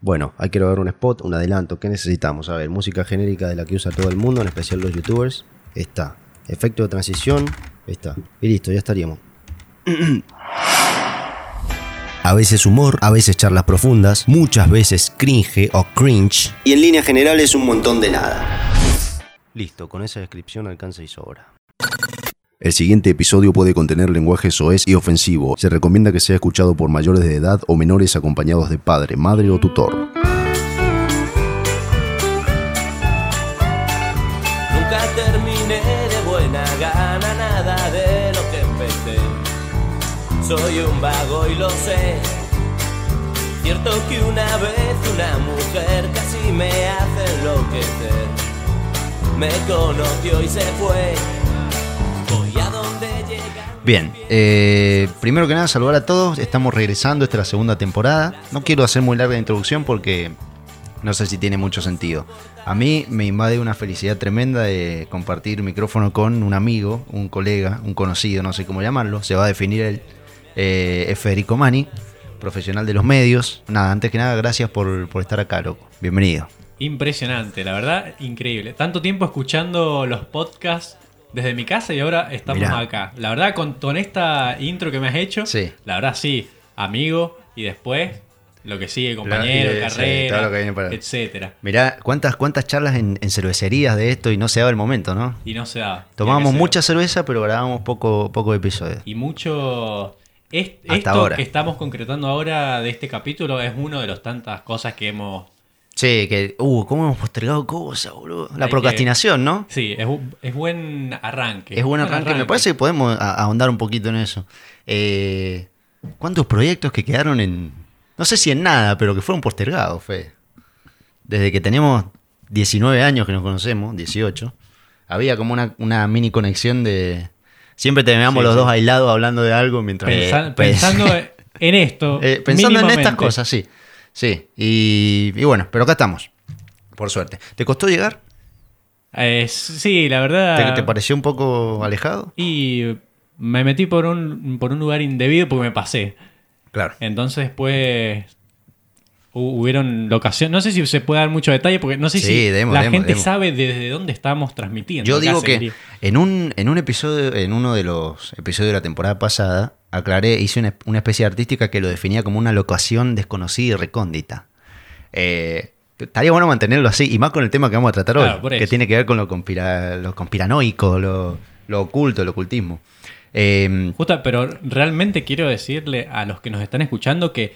Bueno, ahí quiero ver un spot, un adelanto. ¿Qué necesitamos? A ver, música genérica de la que usa todo el mundo, en especial los youtubers. Está. Efecto de transición. Está. Y listo, ya estaríamos. A veces humor, a veces charlas profundas, muchas veces cringe o cringe. Y en línea general es un montón de nada. Listo, con esa descripción alcanza y sobra. El siguiente episodio puede contener lenguaje soez y ofensivo. Se recomienda que sea escuchado por mayores de edad o menores acompañados de padre, madre o tutor. Nunca terminé de buena gana nada de lo que empecé. Soy un vago y lo sé. Cierto que una vez una mujer casi me hace enloquecer. Me conoció y se fue. Voy a donde llega. mi Bien, eh, primero que nada saludar a todos, estamos regresando, esta es la segunda temporada. No quiero hacer muy larga la introducción porque no sé si tiene mucho sentido. A mí me invade una felicidad tremenda de compartir micrófono con un amigo, un colega, un conocido, no sé cómo llamarlo, se va a definir él. Eh, es Federico Mani, profesional de los medios. Nada, antes que nada, gracias por, por estar acá, loco. Bienvenido. Impresionante, la verdad, increíble. Tanto tiempo escuchando los podcasts desde mi casa y ahora estamos Mirá. acá. La verdad, con, con esta intro que me has hecho, Sí. la verdad sí, amigo y después lo que sigue, Claro, compañero, y, eh, sí, todo lo que viene carrera, para- etcétera. Mirá, cuántas, cuántas charlas en, en cervecerías de esto y no se daba el momento, ¿no? Y no se da. Tomábamos Tiene que ser. mucha cerveza, pero grabábamos poco, poco episodios. Y mucho... es- Hasta esto ahora. que estamos concretando ahora de este capítulo es uno de las tantas cosas que hemos Sí, que. Uh, cómo hemos postergado cosas, boludo. La Hay procrastinación, ¿no? Sí, es, bu- es buen arranque. Es buen arranque. Me parece que podemos a- ahondar un poquito en eso. Eh, ¿Cuántos proyectos que quedaron en. No sé si en nada, pero que fueron postergados, Fede? Desde que tenemos 19 años que nos conocemos, 18, había como una, una mini conexión de. Siempre terminamos Sí, los sí. dos aislados hablando de algo mientras. Pensan- Eh, pues- pensando en esto. Eh, pensando en estas mínimamente. cosas, sí. Sí. Y, y bueno, pero acá estamos. Por suerte. ¿Te costó llegar? Eh, sí, la ¿Te, verdad. te pareció un poco alejado? Y me metí por un, por un lugar indebido porque me pasé. Claro. Entonces, después hu- hubieron locaciones. No sé si se puede dar mucho detalle porque no sé Sí, si demos, la demos, gente demos. sabe desde dónde estamos transmitiendo. Yo acá digo se que quería. en un, en un episodio, en uno de los episodios de la temporada pasada, aclaré, hice una, una especie de artística que lo definía como una locación desconocida y recóndita. Eh, estaría bueno mantenerlo así, y más con el tema que vamos a tratar Claro, hoy, por que eso. tiene que ver con lo, conspira- lo conspiranoico, lo, lo oculto, el ocultismo. Eh, Justa, pero realmente quiero decirle a los que nos están escuchando que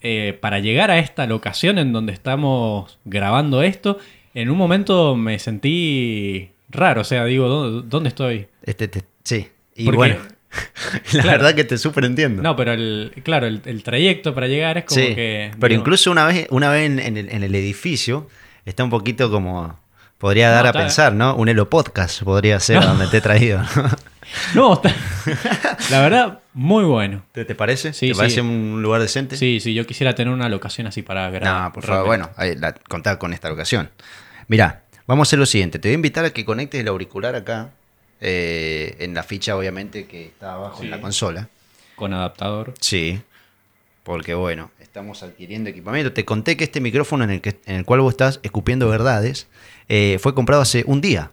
eh, para llegar a esta locación en donde estamos grabando esto, en un momento me sentí raro. O sea, digo, ¿dó- ¿dónde estoy? Este, te- sí. Y Porque- bueno, la Claro. verdad que te superentiendo. No, pero el, claro, el, el trayecto para llegar es como sí. que. pero digo, incluso una vez, una vez en, en el, en el edificio está un poquito como podría dar No, a está- pensar, ¿no? Un Elo Podcast podría ser No. donde te he traído. ¿no? No, está- la verdad, muy bueno. ¿Te, te parece? Sí, ¿Te sí. parece un lugar decente? Sí, sí, yo quisiera tener una locación así para grabar. No, por favor, realmente. bueno, ahí la, contá con esta ocasión. Mirá, vamos a hacer lo siguiente. Te voy a invitar a que conectes el auricular acá, eh, en la ficha obviamente que está abajo en Sí. la consola. Con adaptador. Sí, porque bueno, estamos adquiriendo equipamiento. Te conté que este micrófono en el, que, en el cual vos estás escupiendo verdades eh, fue comprado hace un día.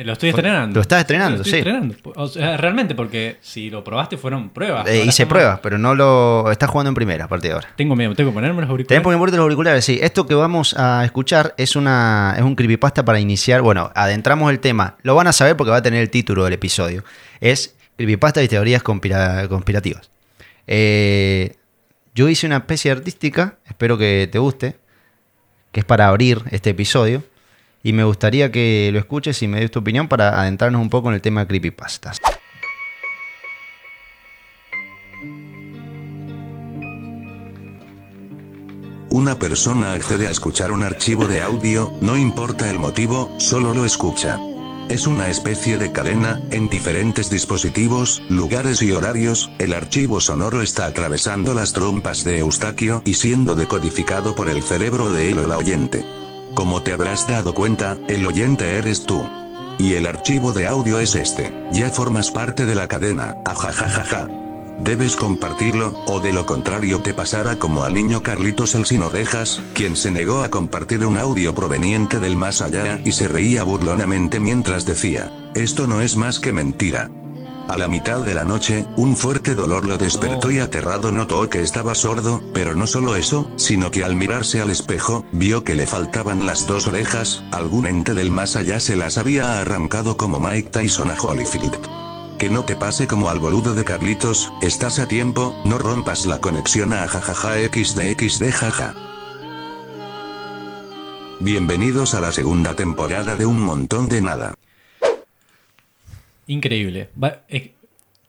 Lo estoy estrenando. Lo estás estrenando, Lo estoy sí. estrenando. O sea, realmente, porque si lo probaste fueron pruebas. Eh, Ah, Ahora hice estamos- pruebas, pero no lo estás jugando en primera a partir de ahora. Tengo miedo, tengo que ponerme los auriculares. Tenés por importe los auriculares, sí. Esto que vamos a escuchar es una es un creepypasta para iniciar. Bueno, adentramos el tema. Lo van a saber porque va a tener el título del episodio. Es creepypasta y teorías conspira- conspirativas. Eh, yo hice una especie artística, espero que te guste, que es para abrir este episodio. Y me gustaría que lo escuches y me des tu opinión para adentrarnos un poco en el tema creepypastas. Una persona accede a escuchar un archivo de audio, no importa el motivo, solo lo escucha. Es una especie de cadena, en diferentes dispositivos, lugares y horarios, el archivo sonoro está atravesando las trompas de Eustaquio y siendo decodificado por el cerebro de él o la oyente. Como te habrás dado cuenta, el oyente eres tú. Y el archivo de audio es este, ya formas parte de la cadena, ajajajaja. Debes compartirlo, o de lo contrario te pasará como al niño Carlitos el sin orejas, quien se negó a compartir un audio proveniente del más allá y se reía burlonamente mientras decía, esto no es más que mentira. A la mitad de la noche, un fuerte dolor lo despertó y aterrado notó que estaba sordo, pero no solo eso, sino que al mirarse al espejo, vio que le faltaban las dos orejas, algún ente del más allá se las había arrancado como Mike Tyson a Holyfield. Que no te pase como al boludo de Carlitos, estás a tiempo, no rompas la conexión a jajaja xdxd jaja. Bienvenidos a la segunda temporada de Un Montón de Nada. Increíble. Va- eh,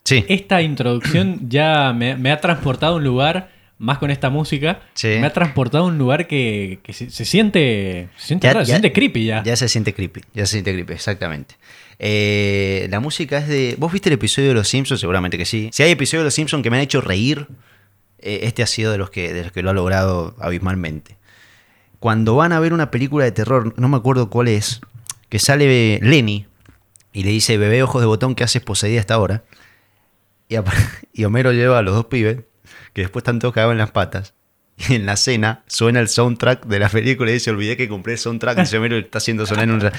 Sí. Esta introducción ya me, me ha transportado a un lugar, más con esta música, Sí. me ha transportado a un lugar que, que se, se siente, se siente, Ya- raro, se ya- siente creepy ya. Ya se siente creepy, ya se siente creepy, exactamente. Eh, la música es de. ¿Vos viste el episodio de Los Simpsons? Seguramente que sí. Si hay episodios de Los Simpsons que me han hecho reír, eh, este ha sido de los, que, de los que lo ha logrado abismalmente. Cuando van a ver una película de terror, no me acuerdo cuál es, que sale Lenny y le dice: Bebé, ojos de botón, ¿qué haces poseída hasta ahora? Y, ap- y Homero lleva a los dos pibes, que después están todos cagados en las patas. Y en la cena suena el soundtrack de la película y dice, olvidé que compré el soundtrack. Dice Homero, está haciendo sonar en un... ra- Lo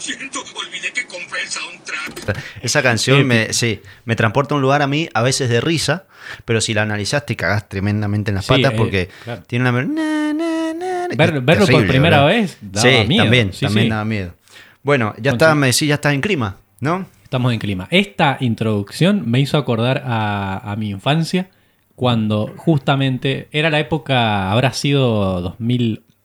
siento, olvidé que compré el soundtrack. Esa canción me, sí, me transporta a un lugar a mí, a veces de risa, pero si la analizás te cagás tremendamente en las Sí, patas eh, porque claro. tiene una... na, na, na, na, Ver- que- verlo por terrible, primera vez daba sí, miedo. también, Sí, también sí. daba miedo. Bueno, ya Con está, su- me decís, ya estás en clima, ¿no? Estamos en clima. Esta introducción me hizo acordar a, a mi infancia, cuando justamente era la época, habrá sido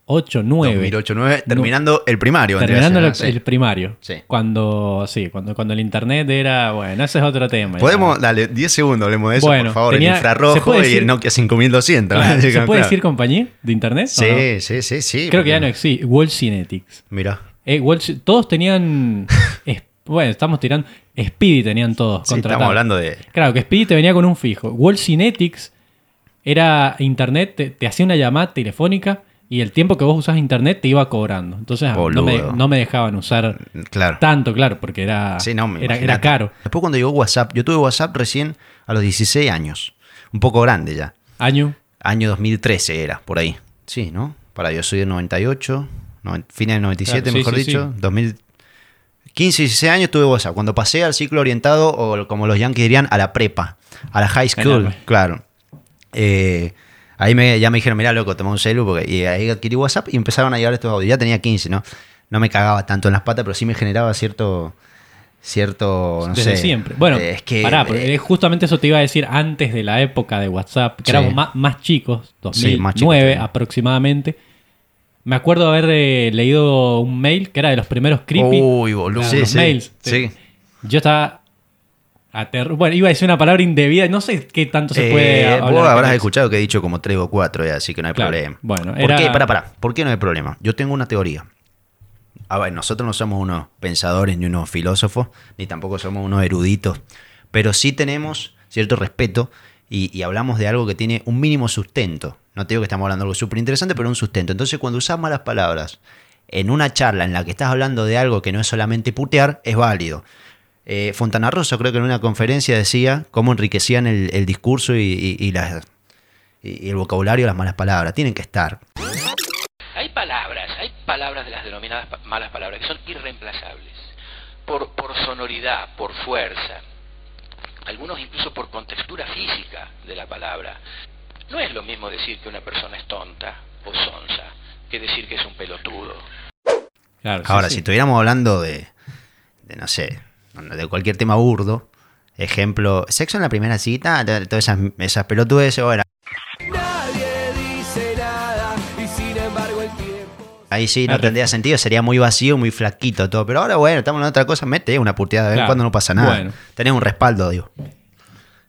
2008, 9. 2008, 9, terminando el primario. vendría a Terminando ser, ¿no? el, Sí. el primario. Sí. Cuando, sí, cuando, cuando el internet era, bueno, ese es otro tema. ya. Podemos, dale, 10 segundos hablemos de eso, Bueno, por favor. tenía- el ¿se infrarrojo puede y decir- el Nokia 5200. Claro, ¿Se puede Claro. decir compañía de internet? o Sí, no? sí, sí, sí. Creo que ya porque- no existe. Wall Cinetics. Mirá. Eh, Wall Ci- todos tenían. es- bueno, estamos tirando. Speedy tenían todos. Sí, contratados. estamos hablando de. Claro, que Speedy te venía con un fijo. Wall Cinetics era internet, te, te hacía una llamada telefónica y el tiempo que vos usás internet te iba cobrando. Entonces no me, Boludo. no me dejaban usar Claro. tanto, claro, porque era, Sí, no, me era, imaginate. era caro. Después cuando llegó WhatsApp, yo tuve WhatsApp recién a los 16 años. Un poco grande ya. Año. Año 2013 era, por ahí. Sí, ¿no? Para yo soy del 98, no- fines del 97, Claro, sí, mejor sí, dicho. 2015, 16 años tuve WhatsApp. Cuando pasé al ciclo orientado, o como los yankees dirían, a la prepa, a la high school, Genial. claro. Eh, ahí me, ya me dijeron, mirá, loco, toma un celu, porque y ahí adquirí WhatsApp y empezaron a llegar estos audios. Ya tenía 15, ¿no? No me cagaba tanto en las patas, pero sí me generaba cierto. Cierto, no desde sé. siempre. Bueno, Eh, es que, pará, porque eh, justamente eso te iba a decir antes de la época de WhatsApp, que Sí. éramos ma- más, chicos, 2009 Sí, más chicos también. aproximadamente. Me acuerdo haber eh, leído un mail que era de los primeros creepy. Uy, boludo. Claro, Sí, los sí, mails. sí. Yo estaba aterro- Bueno, iba a decir una palabra indebida, no sé qué tanto se Eh, puede ha- hablar vos acá. habrás escuchado que he dicho como tres o cuatro, eh, así que no hay Claro. problema. Bueno, ¿Por era- qué? Pará, pará. ¿Por qué no hay problema? Yo tengo una teoría. A ver, nosotros no somos unos pensadores ni unos filósofos, ni tampoco somos unos eruditos, pero sí tenemos cierto respeto y, y hablamos de algo que tiene un mínimo sustento. No te digo que estamos hablando de algo súper interesante, pero un sustento. Entonces, cuando usas malas palabras en una charla en la que estás hablando de algo que no es solamente putear, es válido. Eh, Fontana Rosa creo que en una conferencia decía cómo enriquecían el, el discurso y, y- y las- y- y el vocabulario, las malas palabras. Tienen que estar. Hay palabras, hay palabras de las denominadas pa- malas palabras que son irreemplazables por, por sonoridad, por fuerza, algunos incluso por contextura física de la palabra. No es lo mismo decir que una persona es tonta o sonsa que decir que es un pelotudo. Claro, sí, Ahora, sí. si estuviéramos hablando de, de, no sé, de cualquier tema burdo, ejemplo, sexo en la primera cita, de- de todas esas, esas pelotudes, bueno, Nadie dice nada y sin embargo el tiempo. ahí sí no Claro. tendría sentido, sería muy vacío, muy flaquito todo. Pero ahora, bueno, estamos en otra cosa, mete una puteada de vez en Claro. cuando no pasa nada. Bueno. Tenés un respaldo, digo.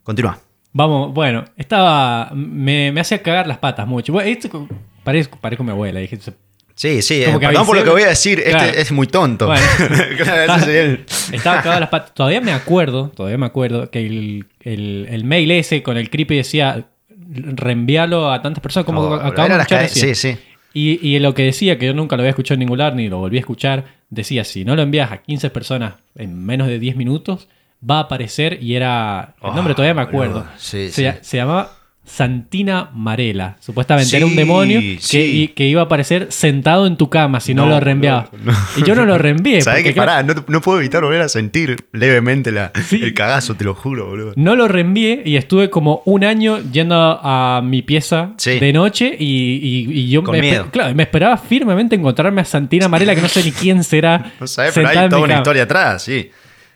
Continúa. Vamos, bueno, estaba. Me, me hacía cagar las patas mucho. Bueno, esto co- parezco, parezco mi abuela, dije. se- Sí, sí, Como eh, que perdón por lo avisé- que voy a decir, este Claro. es muy tonto. Bueno. Claro, ese sería el- Estaba cagado las patas. Todavía me acuerdo, todavía me acuerdo que el, el- el mail ese con el creepy decía reenviarlo a tantas personas como Oh, acabamos era de la escuchar. ca- recién. sí, sí. Y, y lo que decía, que yo nunca lo había escuchado en ningún lugar ni lo volví a escuchar, decía: si no lo envías a 15 personas en menos de 10 minutos, va a aparecer y era. El nombre todavía me acuerdo. Ah, boludo. Sí, se, sí. se llamaba Santina Marela. Supuestamente era un Sí, demonio que, sí. y- que iba a aparecer sentado en tu cama si no, lo reenviabas. Y yo no lo reenvié. ¿Sabés porque que claro, pará? No, no puedo evitar volver a sentir levemente la, Sí. el cagazo, te lo juro, boludo. No lo reenvié y estuve como un año yendo a mi pieza Sí. de noche y, y- y yo Con me, miedo. claro, me esperaba firmemente encontrarme a Santina Marela, que no sé ni quién será. No sabés, pero sentada hay en toda mi una cama. historia atrás, sí.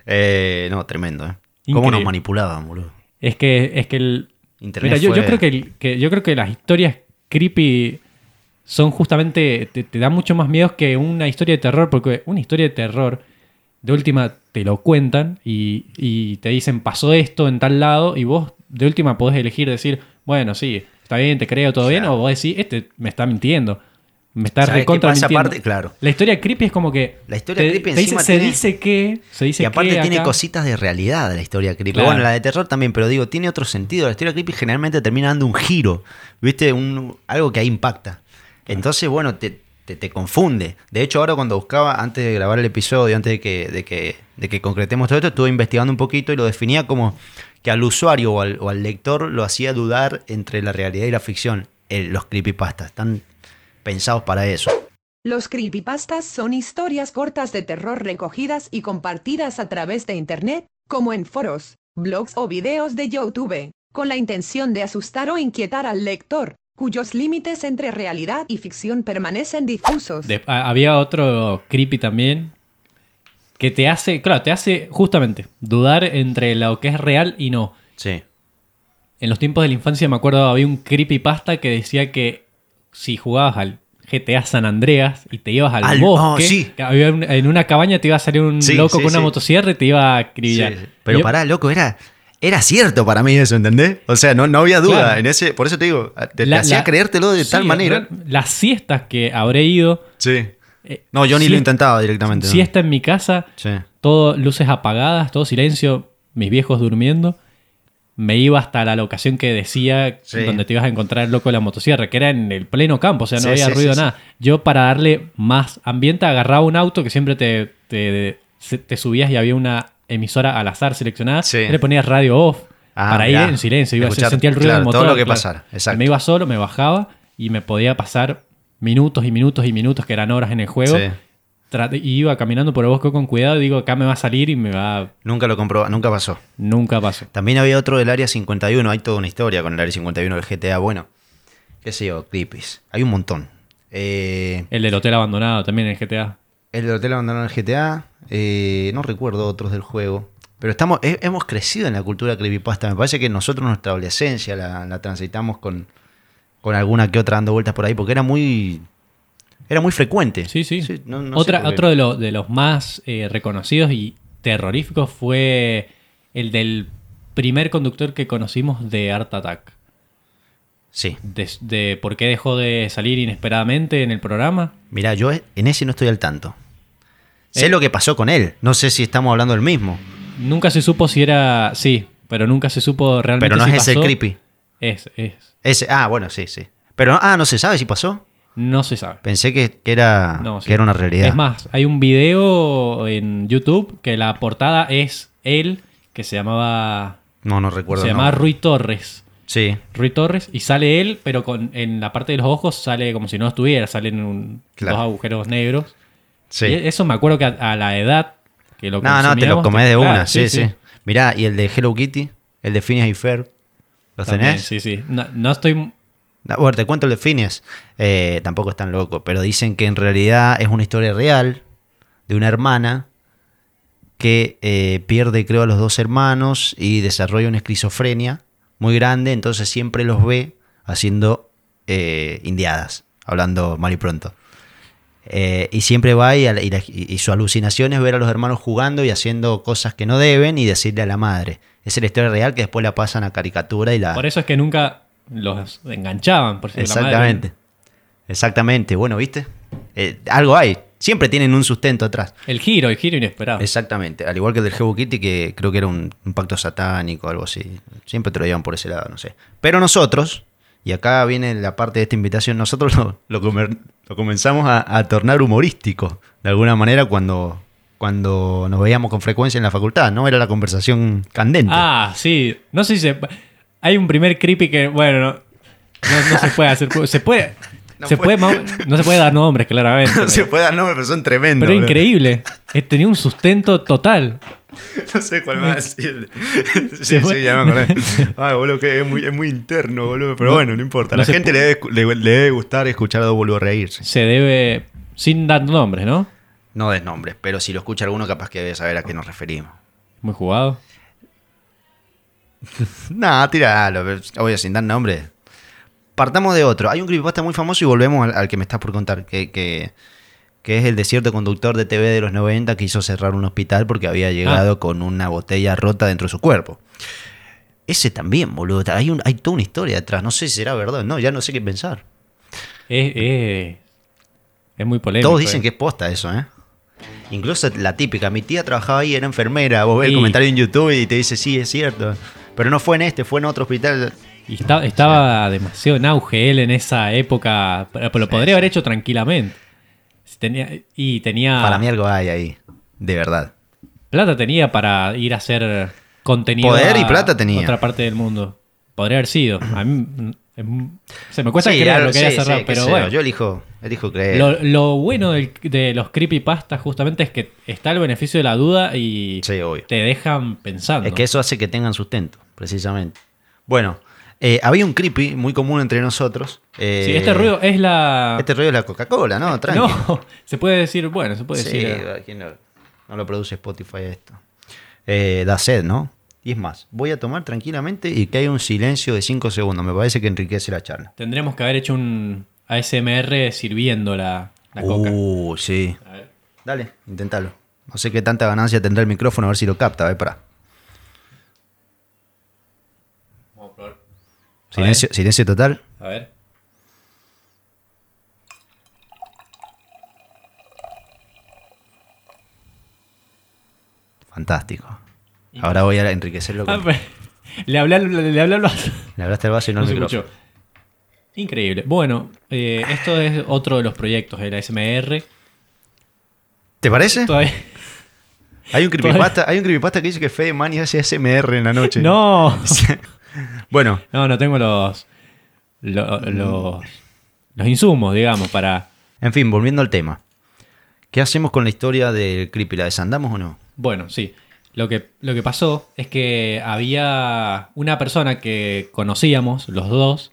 Eh, no, tremendo, ¿eh? ¿Cómo Increíble. nos manipulaban, boludo? Es que, es que el. Internet Mira, yo, yo fue- creo que, el- que- yo creo que las historias creepy son justamente. te, te dan mucho más miedo que una historia de terror. Porque una historia de terror, de última, te lo cuentan y, y te dicen pasó esto en tal lado. Y vos de última podés elegir decir, bueno, sí, está bien, te creo, todo bien. O vos decís, este me está mintiendo. Me está ¿Sabés qué recontra pasa mintiendo. aparte? Claro. La historia creepy es como que. La historia creepy encima dice, tiene- Se dice que. Se dice Y aparte que tiene acá". cositas de realidad la historia creepy. Claro. Bueno, la de terror también, pero digo, tiene otro sentido. La historia creepy generalmente termina dando un giro, ¿viste? Un, algo que ahí impacta. Entonces, bueno, te, te- te confunde. De hecho, ahora cuando buscaba, antes de grabar el episodio, antes de que, de que, de que concretemos todo esto, estuve investigando un poquito y lo definía como que al usuario o al, o al lector lo hacía dudar entre la realidad y la ficción. El- los creepypastas están pensados para eso. Los creepypastas son historias cortas de terror recogidas y compartidas a través de Internet, como en foros, blogs o videos de YouTube, con la intención de asustar o inquietar al lector, cuyos límites entre realidad y ficción permanecen difusos. De- a- había otro creepy también que te hace, claro, te hace justamente dudar entre lo que es real y no. Sí. En los tiempos de la infancia me acuerdo había un creepypasta que decía que si jugabas al GTA San Andreas y te ibas al Al- oh, bosque, sí. que había un- en una cabaña te iba a salir un Sí, loco sí, con una sí. motosierra y te iba a acribillar. Sí, sí. Pero Yo- pará, loco, era, era cierto para mí eso, ¿entendés? O sea, no, no había duda. Claro. En ese, por eso te digo, te, te la- hacía la- creértelo de sí, tal manera. re- Las siestas que habré ido. Sí. eh, No, yo ni lo siest- intentaba directamente. ¿no? Siesta en mi casa. Sí. todo luces apagadas, todo silencio, mis viejos durmiendo. Me iba hasta la locación que decía Sí. donde te ibas a encontrar el loco de la motosierra, que era en el pleno campo, o sea, no Sí, había sí, ruido, sí, nada. Yo, para darle más ambiente, agarraba un auto que siempre te, te, se- te subías y había una emisora al azar seleccionada. Sí. Yo Le ponías radio off Ah, para ir mirá. en silencio. Iba, Escuchar, sentía el ruido claro, del todo motor. lo que claro. pasara, exacto. Me iba solo, me bajaba y me podía pasar minutos y minutos y minutos, que eran horas en el juego. Sí. Tra- y iba caminando por el bosque con cuidado y digo, acá me va a salir y me va... Nunca lo comprobaba, nunca pasó. Nunca pasó. También había otro del área 51, hay toda una historia con el área 51 del GTA. Bueno, qué sé yo, creepies. Hay un montón. Eh, El del hotel abandonado también en el GTA. El del hotel abandonado en el GTA. eh, no recuerdo otros del juego. Pero estamos, he- hemos crecido en la cultura creepypasta. Me parece que nosotros nuestra adolescencia la, la transitamos con, con alguna que otra dando vueltas por ahí. Porque era muy. Era muy frecuente. Sí, sí. no- no sé Otra, por qué. otro de, los de los más eh, reconocidos y terroríficos fue el del primer conductor que conocimos de Art Attack. Sí. De, de por qué dejó de salir inesperadamente en el programa. Mirá, yo en ese no estoy al tanto. ¿Eh? Sé lo que pasó con él. No sé si estamos hablando del mismo. Nunca se supo si era... Sí, pero nunca se supo realmente Pero no si es ese el pasó. creepy. Es, es. Ese, ah, bueno, sí, sí. Pero ah, no se sabe si pasó. No se sabe. Pensé que, que era, No, sí. Ah, que era una realidad. Es más, hay un video en YouTube que la portada es él, que se llamaba. no, no recuerdo. se el llamaba nombre. Rui Torres. Sí. Rui Torres, y sale él, pero con, en la parte de los ojos sale como si no estuviera, salen un- Claro. dos agujeros negros. Sí. Y eso me acuerdo que a, a la edad que lo No, no, te lo consumíamos, comés de claro, una, sí, sí, Mirá, y el de Hello Kitty, el de Phineas y Fer, ¿los También, tenés? Sí, sí. No, no estoy. No, Bueno, te cuento el de Phineas, eh, tampoco es tan loco, pero dicen que en realidad es una historia real de una hermana que eh, pierde, creo, a los dos hermanos y desarrolla una esquizofrenia muy grande, entonces siempre los ve haciendo eh, indiadas, hablando mal y pronto. Eh, y siempre va y, a la- y la- y su alucinación es ver a los hermanos jugando y haciendo cosas que no deben y decirle a la madre. Esa es la historia real que después la pasan a caricatura y la... Por eso es que nunca los enganchaban, por si la madre- Exactamente. Exactamente. Bueno, ¿viste? Eh, algo hay. Siempre tienen un sustento atrás. el giro, el giro inesperado. Exactamente. Al igual que el del Hello Kitty, que creo que era un, un pacto satánico, algo así. Siempre te lo llevan por ese lado, no sé. Pero nosotros, y acá viene la parte de esta invitación, nosotros lo, lo comer- lo comenzamos a, a tornar humorístico, de alguna manera, cuando, cuando nos veíamos con frecuencia en la facultad, ¿no? Era la conversación candente. Ah, sí. No sé si se... Hay un primer creepy que, bueno, no, no- no se puede hacer... pu- Se puede... No se puede, puede. ma- no se puede dar nombres, claramente. No se puede dar nombre, pero son tremendos. Pero boludo. increíble. Eh, Tenía un sustento total. No sé cuál va a decir. Se Sí, fue. sí, ya me acordé. Ay, boludo, que es muy, es muy interno, boludo. Pero bueno, no importa. no la se gente le debe, le- le debe gustar escuchar a dos boludos reírse. Se debe... Sin dar nombres, ¿no? No des nombres, pero si lo escucha alguno, capaz que debe saber a qué nos referimos. Muy jugado. Nah, tiralo, pero, obvio, sin dar nombre. Partamos de otro. Hay un creepypasta muy famoso y volvemos al, al que me estás por contar, que, que- que es el de cierto conductor de TV de los 90 que hizo cerrar un hospital porque había llegado Ah. con una botella rota dentro de su cuerpo. Ese también, boludo. Hay, un- hay toda una historia detrás. No sé si será verdad. o No, ya no sé qué pensar. Es, es, es muy polémico. Todos dicen eh. que es posta eso, ¿eh? Incluso la típica, mi tía trabajaba ahí, era enfermera. Vos ves Y- el comentario en YouTube y te dice, sí, es cierto. Pero no fue en este, fue en otro hospital. Y está- estaba demasiado en auge él en esa época. Pero pero lo podría haber hecho tranquilamente. Si Tenía, y tenía. Para mí algo hay ahí, de verdad. Plata tenía para ir a hacer contenido. Poder a y plata tenía. Otra parte del mundo. Podría haber sido. A mí. mm, em, Se me cuesta Sí, creer algo- lo que haya sí, cerrado, sí, qué pero sé yo, bueno. Yo elijo, elijo creer. Lo, lo bueno del- de los creepypastas justamente es que está el beneficio de la duda y Sí, obvio. te dejan pensando. Es que eso hace que tengan sustento, precisamente. Bueno, eh, había un creepy muy común entre nosotros. eh, Sí, este ruido es la. Este ruido es la Coca-Cola, ¿no? Tranqui. No, se puede decir, bueno, se puede Sí, decir. eh, ¿a quién no, no lo produce Spotify esto. Eh, da sed, ¿no? Y es más, voy a tomar tranquilamente y que haya un silencio de 5 segundos. Me parece que enriquece la charla. Tendríamos que haber hecho un ASMR sirviendo la, la coca. Uh, sí. A ver. Dale, inténtalo. No sé qué tanta ganancia tendrá el micrófono, a ver si lo capta. A ver, pará. Vamos a probar. Silencio, silencio total. A ver. Fantástico. Ahora voy a enriquecerlo Ah, con... pero- Le hablé, al- le hablé al vaso. Le hablaste al vaso y no, No, al se micrófono. escuchó. Increíble. Bueno, eh, esto es otro de los proyectos, el ASMR. ¿Te parece? Todavía- Hay un, creepypasta, hay un creepypasta que dice que Fede Mani hace SMR en la noche. No, Bueno, no, no tengo los, lo- los, los insumos, digamos, para... en fin, volviendo al tema. ¿Qué hacemos con la historia del creepy? ¿La desandamos o no? Bueno, sí. Lo que, lo que pasó es que había una persona que conocíamos, los dos,